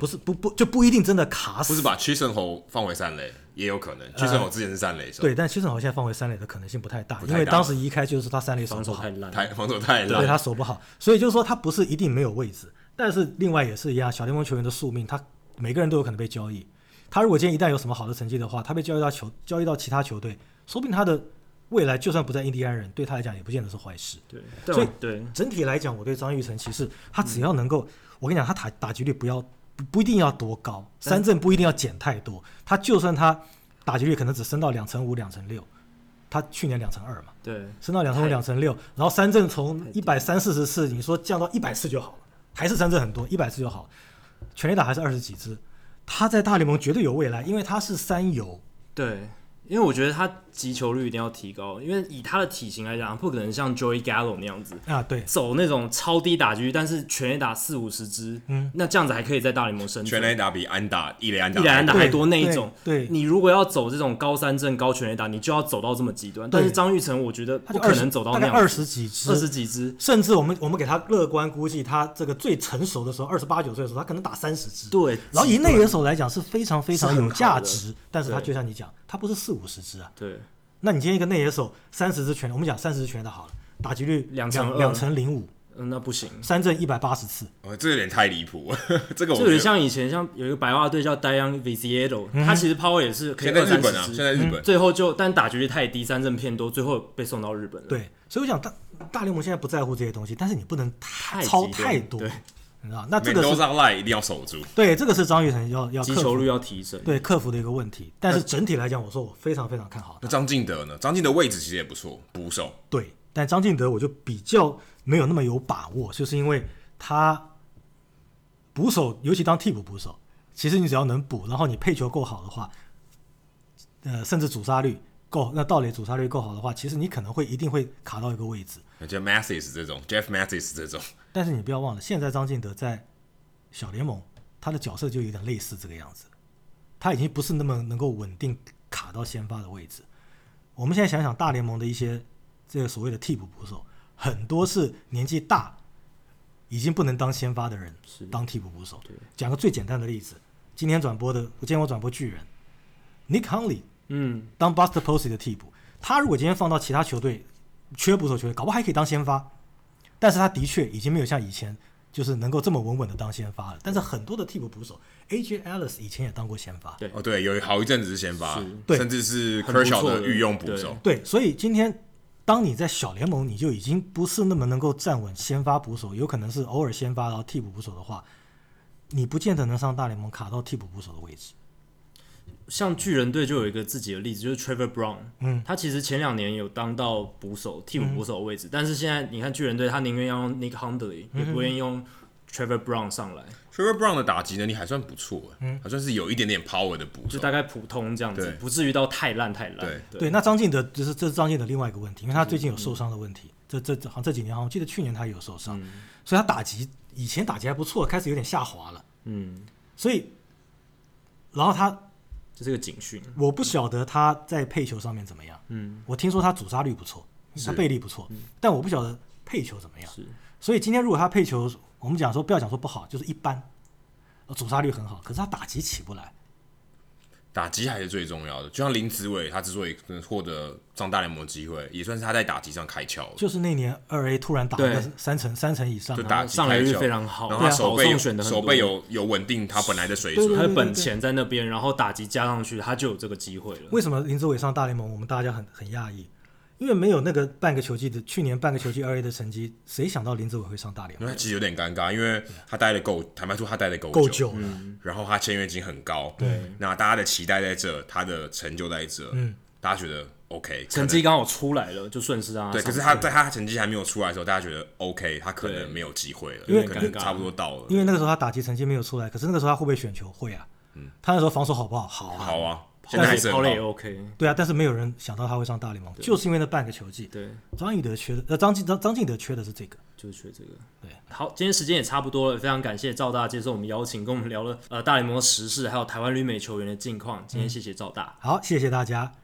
不是不不就不一定真的卡死，
不是把屈神侯放回三垒也有可能，屈神侯之前是三垒手，
对，但七胜豪现在放回三垒的可能性不太大，
不太大
因为当时一开就是他三垒守
防
不
守
好
太，烂了。
太防守太
对他
烂，
守不好，所以就是说他不是一定没有位置，但是另外也是一样，小联盟球员的宿命，他每个人都有可能被交易。他如果今天一旦有什么好的成绩的话，他被交易到球交易到其他球队，说不定他的未来就算不在印第安人，对他来讲也不见得是坏事。
对，
所
对
以
对
整体来讲，我对张玉成其实他只要能够，我跟你讲，他打打击率不要不不一定要多高，三振不一定要减太多，他就算他打击率可能只升到两成五、两成六，他去年两成二嘛，
对
升到两成五、
太
两成六，然后三振从一百三四十次，你说降到一百次就好了，还是三振很多，一百次就好了，全垒打还是二十几支，他在大联盟绝对有未来，因为他是三游，
对，因为我觉得他击球率一定要提高，因为以他的体型来讲，不可能像 Joey Gallo 那样子。
啊，对，
走那种超低打击率，但是全垒打四五十支，嗯，那这样子还可以在大联盟生存。
全垒打比安打一垒安打
一垒安打
对
还多那一种。
对对
你如果要走这种高三振、高全垒打，你就要走到这么极端。但是张玉成，我觉得不
他就
可
二十
能走到
大
那
概
样
二
子
十几支，
二十几支。
甚至我们我们给他乐观估计，他这个最成熟的时候，二十八九岁的时候，他可能打三十支。，
对，
然后以内
极
野手来讲是非常非常
是很
有价
好的
值，但是他
对
就像你讲，他不是四五十支啊。
端对
那你今天一个内野手三十支全，我们讲三十支全的好了，打击率
两成
两
二
两成零五，
嗯，那不行。
三振一百八十次，
哦这有点太离谱， 这个我
这有点
觉得
像以前像有一个白袜队叫 Dion v i z i e d
嗯
o 他其实抛也是可以
现在
二
日
三
本啊，
十嗯
现
支，
在日本
最后就但打击率太低，三振偏多，最后被送到日本了。，
对，所以我讲大大联盟现在不在乎这些东西，但是你不能太
太
超
极端
太多，
对
你知道？那这
每
个
周
是
上赖一定要守住，
对，这个是张雨晨要要
击
克
球
服
率要提升。
对克服的一个问题，但是整体来讲，我说我非常非常看好他
那张敬德呢？张敬德位置其实也不错，捕手。
对，但张敬德我就比较没有那么有把握，就是因为他捕手，尤其当替补捕手，其实你只要能补，然后你配球够好的话，呃，甚至主杀率够，那盗垒主杀率够好的话，其实你可能会一定会卡到一个位置。
就 Mathis 这种，Jeff Mathis 这种，
但是你不要忘了，现在张敬德在小联盟，他的角色就有点类似这个样子，他已经不是那么能够稳定卡到先发的位置。我们现在想想大联盟的一些这个所谓的替补捕手，很多是年纪大，已经不能当先发的人当替补捕手。讲个最简单的例子，今天转播的，今天我转播巨人，Nick Hunley
嗯，
当 Buster Posey 的替补，他如果今天放到其他球队，缺捕手球队，搞不好还可以当先发。但是他的确已经没有像以前就是能够这么稳稳的当先发了。但是很多的替补捕手，AJ Ellis 以前也当过先发，
对
哦，对，有好一阵子是先发
是，
对
甚至是
很不
Kershaw
错
的
的
御用捕
对
手。
对，所以今天当你在小联盟，你就已经不是那么能够站稳先发捕手，有可能是偶尔先发然后替补捕手的话，你不见得能上大联盟卡到替补捕手的位置。
像巨人队就有一个自己的例子，就是 Trevor Brown，嗯，他其实前两年有当到捕手、替补
嗯
捕手的位置，但是现在你看巨人队，他宁愿要用 Nick Hundley，、也不愿意用 Trevor Brown 上来，
Trevor Brown 的打击能力还算不错，
嗯
还算是有一点点 power 的捕
就
手。
大概普通这样子
对，
不至于到太烂太烂。
对
对，那张敬德就是这是张敬德另外一个问题，因为他最近
嗯
有受伤的问题，这这这好像这几年好像我记得去年他也有受伤，
嗯
所以他打击以前打击还不错，开始有点下滑了，
嗯，
所以然后他
这是个警讯。
我不晓得他在配球上面怎么样。嗯，我听说他主杀率不错，他背力不错，但我不晓得配球怎么样。
嗯是，
所以今天如果他配球，我们讲说不要讲说不好，就是一般，呃主杀率很好，可是他打击起不来。
打击还是最重要的，就像林子伟，他之所以能获得上大联盟的机会，也算是他在打击上开窍了。
就是那年二 A 突然打了个
对
三成三成以上
就，
然
打
后
击
上垒率
开窍
非常好
然后他
对啊
手
保
背
送选得很多
手背有有稳定他本来的水准，
对
他
对
的本钱在那边，然后打击加上去，他就有这个机会了。
为什么林志伟上大联盟，我们大家很很讶异？因为没有那个半个球季的去年半个球季二 A 的成绩，谁想到林志伟会上大联
因
盟？
为他其实有点尴尬，因为他待的够，坦白说他待的够
够
久
久，了，
嗯
然后他签约金很高，对，那大家的期待在这，他的成就在这，嗯，大家觉得 OK，可
成
能
绩刚好出来了，就顺势让他
对，
上
可是他在他成绩还没有出来的时候，大家觉得 OK，他可能没有机会了，
因为
可能
尴尬
差不多到了，
因为那个时候他打击成绩没有出来，可是那个时候他会不会选球？会啊。他那时候防守好不好？好啊。
好啊，现在
但是
还是很
跑垒也
好
OK。
对啊，但是没有人想到他会上大联盟，就是因为那半个球季。
对，
张玉德缺的，呃，张敬张张敬德缺的是这个。
就是缺这个。
对，
好，今天时间也差不多了，非常感谢赵大接受我们邀请，跟我们聊了呃大联盟的时事，还有台湾旅美球员的近况。今天谢谢赵大。
好，谢谢大家。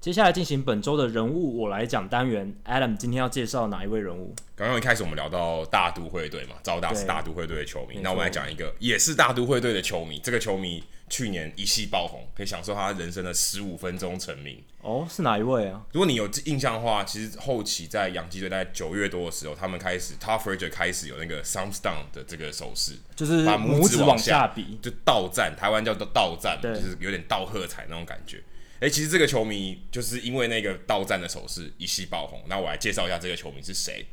接下来进行本周的人物我来讲单元，Adam 今天要介绍哪一位人物？
刚刚一开始我们聊到大都会队嘛，赵大是
对
大都会队的球迷，
没
那我们
错
来讲一个也是大都会队的球迷，这个球迷去年一夕爆红，可以享受他人生的十五分钟成名。
哦，是哪一位啊？
如果你有印象的话，其实后期在洋基队大概九月多的时候，他们开始 t o p f r e d g e r 开始有那个 thumbs down 的这个手势，
就是
把
拇
指
往
下
比，
就倒站，台湾叫做倒站嘛，
对
就是有点倒喝彩那种感觉。哎、其实这个球迷就是因为那个倒站的手势一夕爆红。那我来介绍一下这个球迷是谁。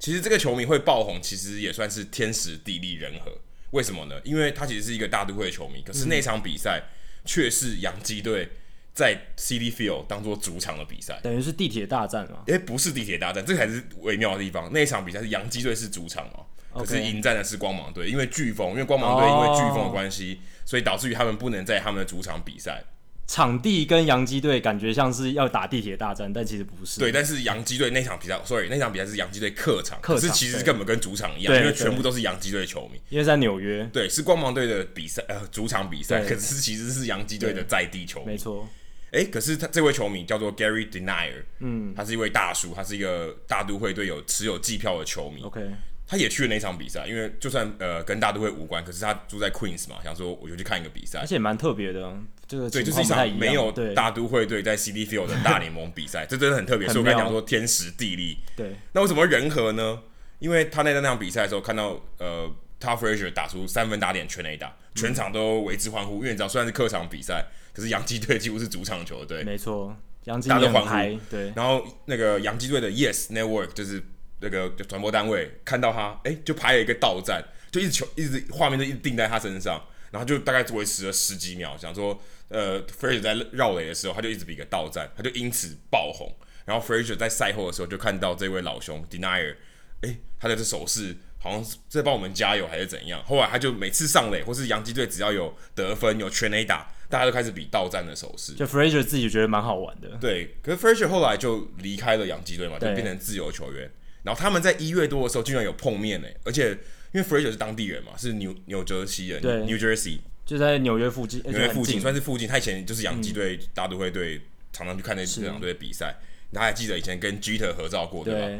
其实这个球迷会爆红，其实也算是天时地利人和。为什么呢？因为他其实是一个大都会的球迷，可是
嗯
那场比赛却是洋基队在 CD Field 当做主场的比赛。
等于是地铁大战嘛。
哎、不是地铁大战，这才是微妙的地方。那一场比赛是洋基队是主场嘛，可
OK
是迎战的是光芒队，因为飓风，因为光芒队因为飓风的关系，所以导致于他们不能在他们的主场比赛。
场地跟洋基队感觉像是要打地铁大战，但其实不是。
对，但是洋基队那场比赛，sorry，那场比赛是洋基队客场，
客
可是
场
其实
对
根本跟主场一样，
对
因为
对
全部都是洋基队球迷。
因为在纽约，
对，是光芒队的比赛，呃，主场比赛，
对
可是其实是洋基队的在地球迷
没。错，
哎、可是他这位球迷叫做 Gary Denier，嗯，他是一位大叔，他是一个大都会队有持有季票的球迷。
OK，
他也去了那场比赛，因为就算呃跟大都会无关，可是他住在 Queens 嘛，想说我就去看一个比赛
而。且也蛮特别的，这个
对，
情
就是一
况不太
场
样
没有
对
大都会队在 CD Field 的大联盟比赛，这真的很特别。
很
所以我刚才
妙
讲说天时地利，
对
那为什么人和呢？因为他在那场比赛的时候看到呃 t o f f r a s i e r 打出三分打点全垒打，全场都为之欢呼，因为你知道虽然是客场比赛，可是洋基队几乎是主场球队，
没错，洋基
大家
也
都
很
欢呼
嗨，对，
然后那个洋基队的 Yes Network 就是那个传播单位看到他，哎，就拍了一个倒站，就一直球，一直画面就一直定在他身上，然后就大概维持了十几秒，想说，呃，Fraser 在绕垒的时候，他就一直比个倒站，他就因此爆红。然后 Fraser 在赛后的时候就看到这位老兄 Denier，哎，他的这手势好像是在帮我们加油还是怎样。后来他就每次上垒或是洋基队只要有得分有全垒打，大家都开始比倒站的手势。
就 Fraser 自己觉得蛮好玩的，
对，可是 Fraser 后来就离开了洋基队嘛，就
对
变成自由球员。然后他们在一月多的时候竟然有碰面呢，而且因为 Fraser 是当地人嘛，是纽纽泽西人
对
，New Jersey，
就在纽约附近，而
纽
且
约
很
附近
近
算是附近。他以前就是洋基队、大都会队，常常去看那这两队的比赛。他还记得以前跟 Jeter 合照过，对吧？
对，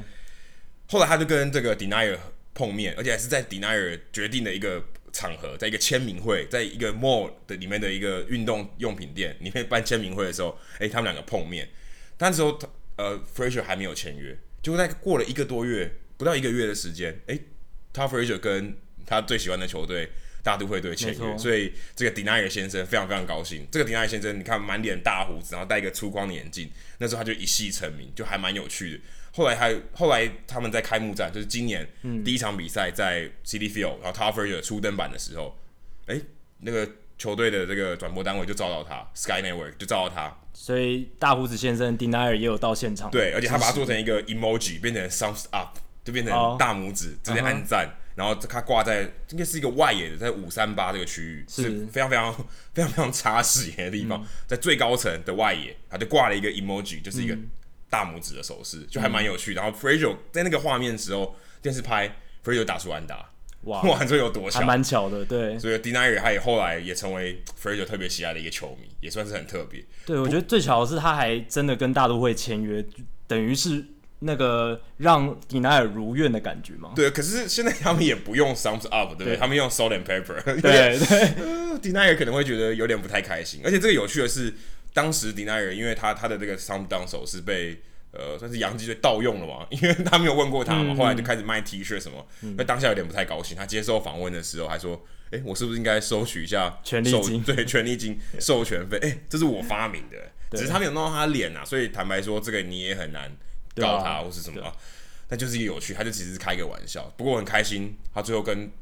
后来他就跟这个 Denier 碰面，而且还是在 Denier 决定的一个场合，在一个签名会，在一个 mall 的里面的一个运动用品店里面办签名会的时候，哎、他们两个碰面，但那时候他呃 Fraser 还没有签约，结果在过了一个多月，不到一个月的时间，哎、他 Fraser 跟他最喜欢的球队大都会队签
没
约，
错
所以这个迪奈尔先生非常非常高兴。这个迪奈尔先生，你看满脸大胡子，然后戴一个粗框的眼镜，那时候他就一系成名，就还蛮有趣的。后来还后来他们在开幕战，就是今年
嗯
第一场比赛在 CD Field，然后 t o f f e r 初登板的时候，哎、那个球队的这个转播单位就找到他，Sky Network 就找到他，
所以大胡子先生丁奈尔也有到现场，
对，而且他把它做成一个 emoji，变成 thumbs up，就变
哦
成大拇指，直接按赞。然后它挂在应该是一个外野的，在五三八这个区域
是嗯
非常非常非常非常差视野的地方，在最高层的外野，他就挂了一个 emoji，就是一个
嗯
大拇指的手势，就还蛮有趣。然后 Fraser 在那个画面的时候，电视拍 Fraser 打出安打，
哇，
哇，这有多
哦还
强！
蛮巧的，对，
所以 d e n i e r 他也后来也成为 Fraser 特别喜爱的一个球迷，也算是很特别。
对，我觉得最巧的是他还真的跟大都会签约，等于是那个让迪奈尔如愿的感觉嘛，
对，可是现在他们也不用 thumbs up，对不对？
对
他们用 salt and pepper，
对对，
d e n i e r 可能会觉得有点不太开心。而且这个有趣的是，当时 d e n i e r 因为他他的这个 thumb down 手是被呃算是洋基队盗用了嘛，因为他没有问过他
嗯
嘛，后来就开始卖 T 恤什么，那、当下有点不太高兴。他接受访问的时候还说。哎、我是不是应该收取一下
权利
授
金
对，权利金、授权费，哎、这是我发明 的，只是他没有弄到他脸啊，所以坦白说，这个你也很难
对啊
告他或是什么、啊，那就是一个有趣，他就只是开个玩笑。不过我很开心，他最后跟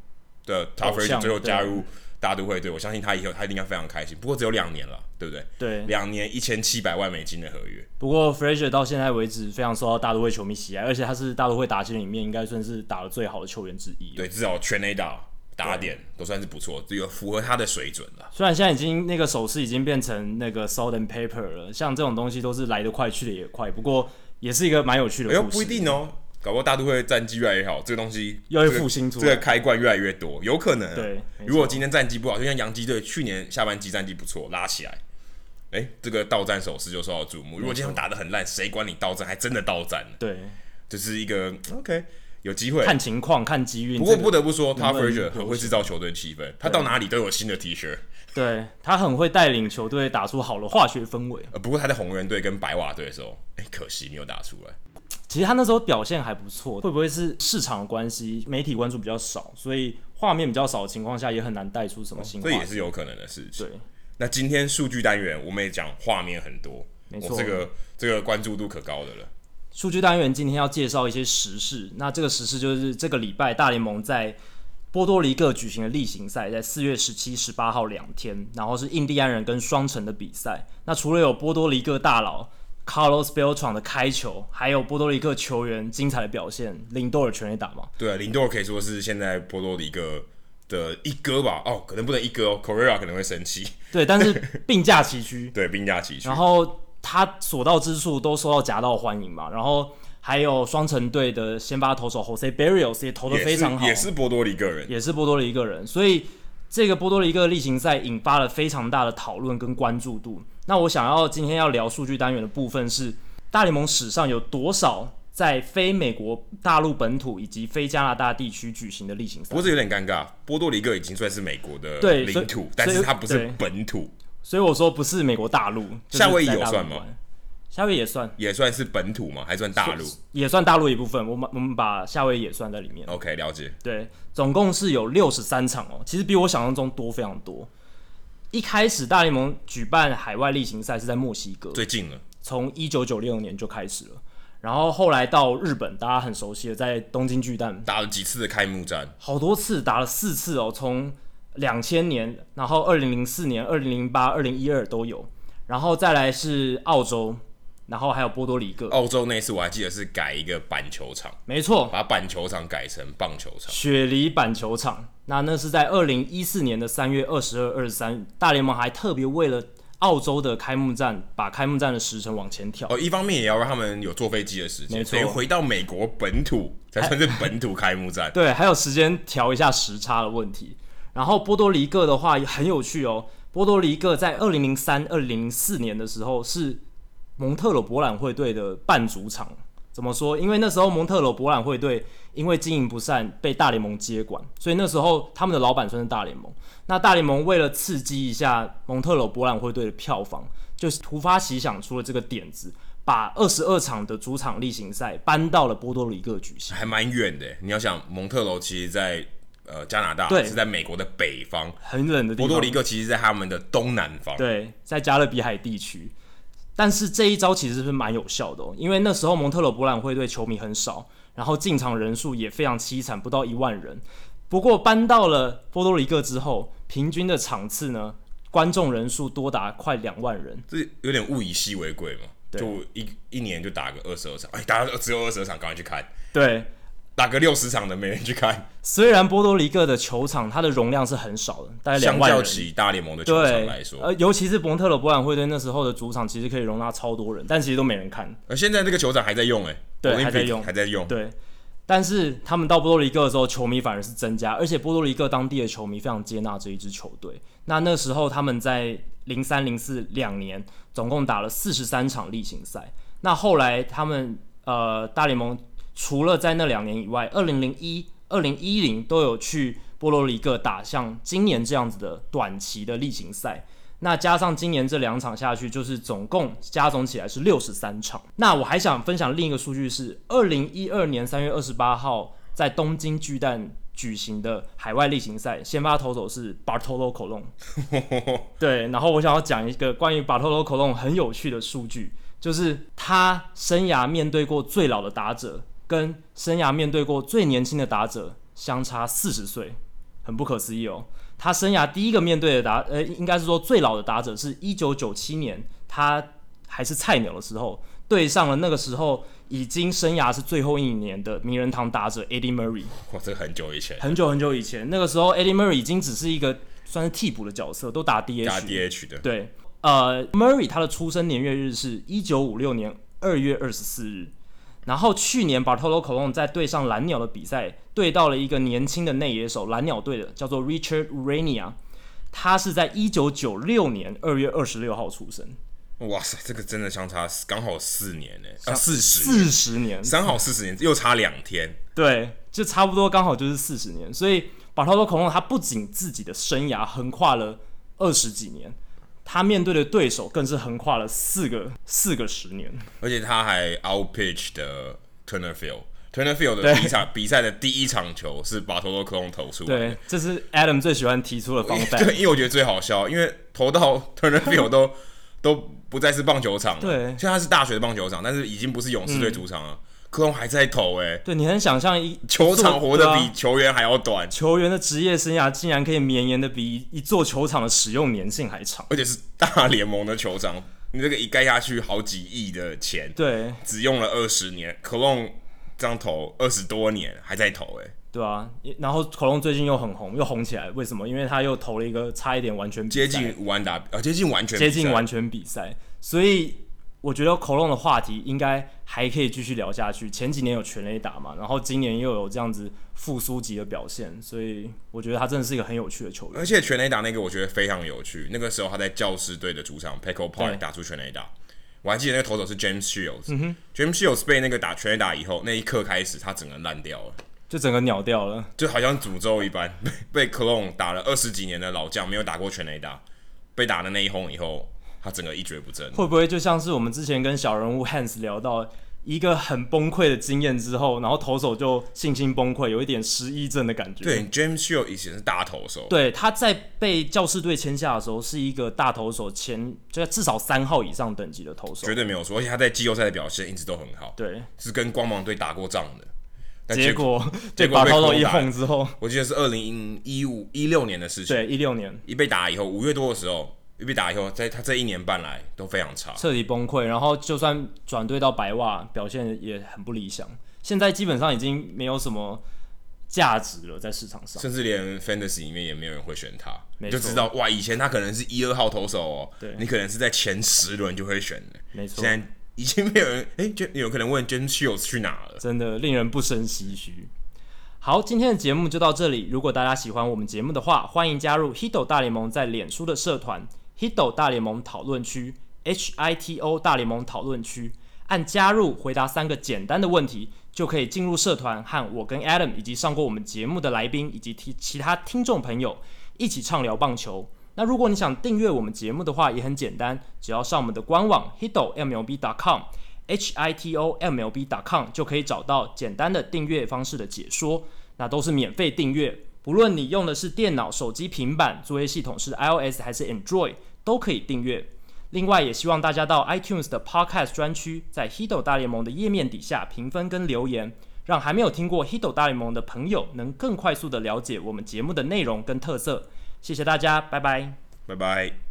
的 t o
偶
p f r
像
a 最后
对
加入大都会队，我相信他以后他一定该非常开心。不过只有两年了，对不对？
对，
两年一千七百万美金的合约，
不过 Fraser 到现在为止非常受到大都会球迷喜爱，而且他是大都会打线里面应该算是打的最好的球员之一。，
对，至少全垒打打点都算是不错，这个符合他的水准了。
虽然现在已经那个手势已经变成那个 salt and paper 了，像这种东西都是来得快去得也快，不过也是一个蛮有趣的
哎呦，
故事。
不一定哦，搞不好大都会战绩越来越好，这个东西
又会
这个
复兴出
这
来
个开罐越来越多，有可能啊、
对没错
如果今天战绩不好，就像洋基队去年下半季战绩不错，拉起来，哎、这个到战手势就受到瞩目。如果今天打得很烂，谁管你到战？还真的到战了，
对，
这、是一个 OK 有机会。
看情况看机运。
不过
这个
不得不说 t
能
o
不
p
能
Fraser 很
流
会制造球队气氛，他到哪里都有新的 T 恤。
对他很会带领球队打出好的化学氛围。
呃，不过他在红人队跟白袜队的时候，哎、可惜没有打出来。
其实他那时候表现还不错，会不会是市场的关系，媒体关注比较少，所以画面比较少的情况下也很难带出什么新话
这
题。
也是有可能的事情。
对，
那今天数据单元我们也讲画面很多，
没
我
错
这个这个关注度可高的了。
数据单元今天要介绍一些时事，那这个时事就是这个礼拜大联盟在波多黎各举行的例行赛，在四月十七、十八号两天，然后是印第安人跟双城的比赛。那除了有波多黎各大佬 Carlos Beltran 的开球，还有波多黎各球员精彩的表现，林多尔全垒打嘛，
对啊，林多尔可以说是现在波多黎各的一哥吧？哦，可能不能一哥哦，Correa 可能会生气。
对，但是并驾 齐驱，
对，兵家齐驱
然。后他所到之处都受到夹道欢迎嘛，然后。还有双城队的先发投手 Jose Barrios 也投的
也
非
是
常好
也是波多黎各人，
也是波多黎各人，所以这个波多黎各例行赛引发了非常大的讨论跟关注度。那我想要今天要聊数据单元的部分是，大联盟史上有多少在非美国大陆本土以及非加拿大地区举行的例行
不
赛
过？这有点尴尬。波多黎各已经算是美国的
对所
领
以
土，但是它不
所以
是
对
本土，
所以我说不是美国大陆，就是
夏威夷
在
有
大陆
算
以
吗
外？夏威夷也算，
也算是本土嘛，还算大陆。
也算大陆一部分。我们我们把夏威夷也算在里面。
OK，了解。
对，总共是有六十三场哦，其实比我想象中多非常多。一开始大联盟举办海外例行赛是在墨西哥，
最近了，
从一九九六年就开始了，然后后来到日本，大家很熟悉的在东京巨蛋，
打了几次的开幕战，
好多次打了四次哦，从两千年，然后二零零四年、二零零八、二零一二都有，然后再来是澳洲，然后还有波多黎各，
澳洲那次我还记得是改一个板球场，
没错，
把板球场改成棒球场。
雪梨板球场。那那是在二零一四年的三月二十二、二十三，大联盟还特别为了澳洲的开幕战，把开幕战的时程往前调。
哦，一方面也要让他们有坐飞机的时间，
没
所
错
以回到美国本土才算是本土开幕战。
对，还有时间调一下时差的问题。然后波多黎各的话也很有趣哦，波多黎各在二零零三、二零零四年的时候是蒙特罗博览会队的半主场，怎么说？因为那时候蒙特罗博览会队因为经营不善被大联盟接管，所以那时候他们的老板算是大联盟。那大联盟为了刺激一下蒙特罗博览会队的票房，就突发奇想出了这个点子，把二十二场的主场例行赛搬到了波多黎各举行。
还蛮远的。你要想，蒙特楼其实在呃加拿大，
对
是在美国的北方，
很冷的地
波
方，
多黎各其实在他们的东南方。
对，在加勒比海地区。但是这一招其实是蛮有效的、哦，因为那时候蒙特罗博览会队球迷很少，然后进场人数也非常凄惨，不到一万人。不过搬到了波多黎各之后，平均的场次呢，观众人数多达快两万人。
这有点物以稀为贵嘛。
对
就一一年就打个二十二场，哎，大家只有二十二场，赶快去看；
对，
打个六十场的没人去看。
虽然波多黎各的球场它的容量是很少的，大概 两
相
万人
较。起大联盟的球场
对
来，说，
呃，尤其是蒙特罗博览会队那时候的主场，其实可以容纳超多人，但其实都没人看。
呃，现在这个球场还在用哎、
对
Olympic
还在用
还在用。
对，但是他们到波多黎各的时候，球迷反而是增加，而且波多黎各当地的球迷非常接纳这一支球队。那那时候他们在零三零四两年总共打了四十三场例行赛。那后来他们呃大联盟除了在那两年以外，二零零一、二零一零都有去波多黎各打像今年这样子的短期的例行赛。那加上今年这两场下去，就是总共加总起来是六十三场。那我还想分享另一个数据是，二零一二年三月二十八号在东京巨蛋举行的海外例行赛，先发投手是 Bartolo Colon。对，然后我想要讲一个关于 Bartolo Colon 很有趣的数据，就是他生涯面对过最老的打者跟生涯面对过最年轻的打者相差四十岁，很不可思议哦。他生涯第一个面对的打，呃，应该是说最老的打者是一九九七年，他还是菜鸟的时候，对上了那个时候已经生涯是最后一年的名人堂打者 Eddie Murray。
哇，这个很久以前，
很久很久以前，那个时候 Eddie Murray 已经只是一个算是替补的角色，都打 DH。
加 DH 的，
对，呃，Murray 他的出生年月日是一九五六年二月二十四日。然后去年 Bartolo Colon 在对上蓝鸟的比赛，对到了一个年轻的内野手，蓝鸟队的叫做 Richard Urania，他是在一九九六年二月二十六号出生，
哇塞，这个真的相差刚好四年呢、啊，四十，
四十年，
刚好四十年，又差两天。
对，就差不多刚好就是四十年。所以巴托洛孔龙他不仅自己的生涯横跨了二十几年，他面对的对手更是横跨了四个四个十年。
而且他还 outpitch 的 Turner Field。Turner Field 的第一场比赛的第一场球是把头 o 克隆投出来的
对，这是 Adam 最喜欢提出的方法。
对，因为我觉得最好笑，因为投到 Turner Field 都都不再是棒球场了，
对嗯
现在他是大学的棒球场，但是已经不是勇士队主场了。克隆还在投、欸，哎，
对，你很想象一
球场活得
对啊
比球员还要短，
球员的职业生涯竟然可以绵延的比一座球场的使用年限还长。
而且是大联盟的球场，你这个一盖下去好几亿的钱，
对，
只用了二十年，克隆这样投二十多年还在投、欸，哎，
对啊，然后恐龙最近又很红，又红起来，为什么？因为他又投了一个差一点完全比
接
赛
近完打，呃，接近完全
接
比
近
赛
完全比赛，所以我觉得口龙的话题应该还可以继续聊下去。前几年有全垒打嘛，然后今年又有这样子复苏级的表现，所以我觉得他真的是一个很有趣的球员。
而且全垒打那个我觉得非常有趣，那个时候他在教师队的主场 Peco
对嗯
Park 打出全垒打，我还记得那个投手是 James Shields、James Shields 被那个打全垒打以后，那一刻开始他整个烂掉了，
就整个鸟掉了，
就好像诅咒一般， 被被 Clone 打了二十几年的老将，没有打过全垒打，被打的那一轰以后，他整个一蹶不振。
会不会就像是我们之前跟小人物 Hans 聊到一个很崩溃的经验之后，然后投手就信心崩溃，有一点失忆症的感觉？
对，James Shields 以前是大投手，
对，他在被教士队签下的时候是一个大投手前，就至少三号以上等级的投手
绝。对没有错，而且他在季后赛的表现一直都很好，
对，
是跟光芒队打过仗的。但
结果
结
对
果
把
被
高手
扣
一
打
轰之后，
我记得是二零一五一六年的事情，
对，一六年
一被打以后，五月多的时候，一被打以后，在他这一年半来都非常差。
彻底崩溃，然后就算转队到白袜，表现也很不理想。现在基本上已经没有什么价值了，在市场上。
甚至连 fantasy 里面也没有人会选他，
没
你
错
就知道哇，以前他可能是一二号投手哦，
对
你可能是在前十轮就会选的，
没错
现在已经没有人，哎、就有可能问 James Shields 去哪了。
真的令人不胜唏嘘。好，今天的节目就到这里。如果大家喜欢我们节目的话，欢迎加入 Hito 大联盟在脸书的社团 Hito 大联盟讨论区 H I T O 大联盟讨论区按加入回答三个简单的问题，就可以进入社团和我跟 Adam 以及上过我们节目的来宾以及其其他听众朋友一起畅聊棒球。那如果你想订阅我们节目的话，也很简单，只要上我们的官网 hito mlb.com h i t o m l b.com 就可以找到简单的订阅方式的解说，那都是免费订阅。不论你用的是电脑、手机、平板，作业系统是 iOS 还是 Android，都可以订阅。另外，也希望大家到 iTunes 的 Podcast 专区，在 Hido 大联盟的页面底下评分跟留言，让还没有听过 Hido 大联盟的朋友能更快速的了解我们节目的内容跟特色。谢谢大家，拜拜。
拜拜。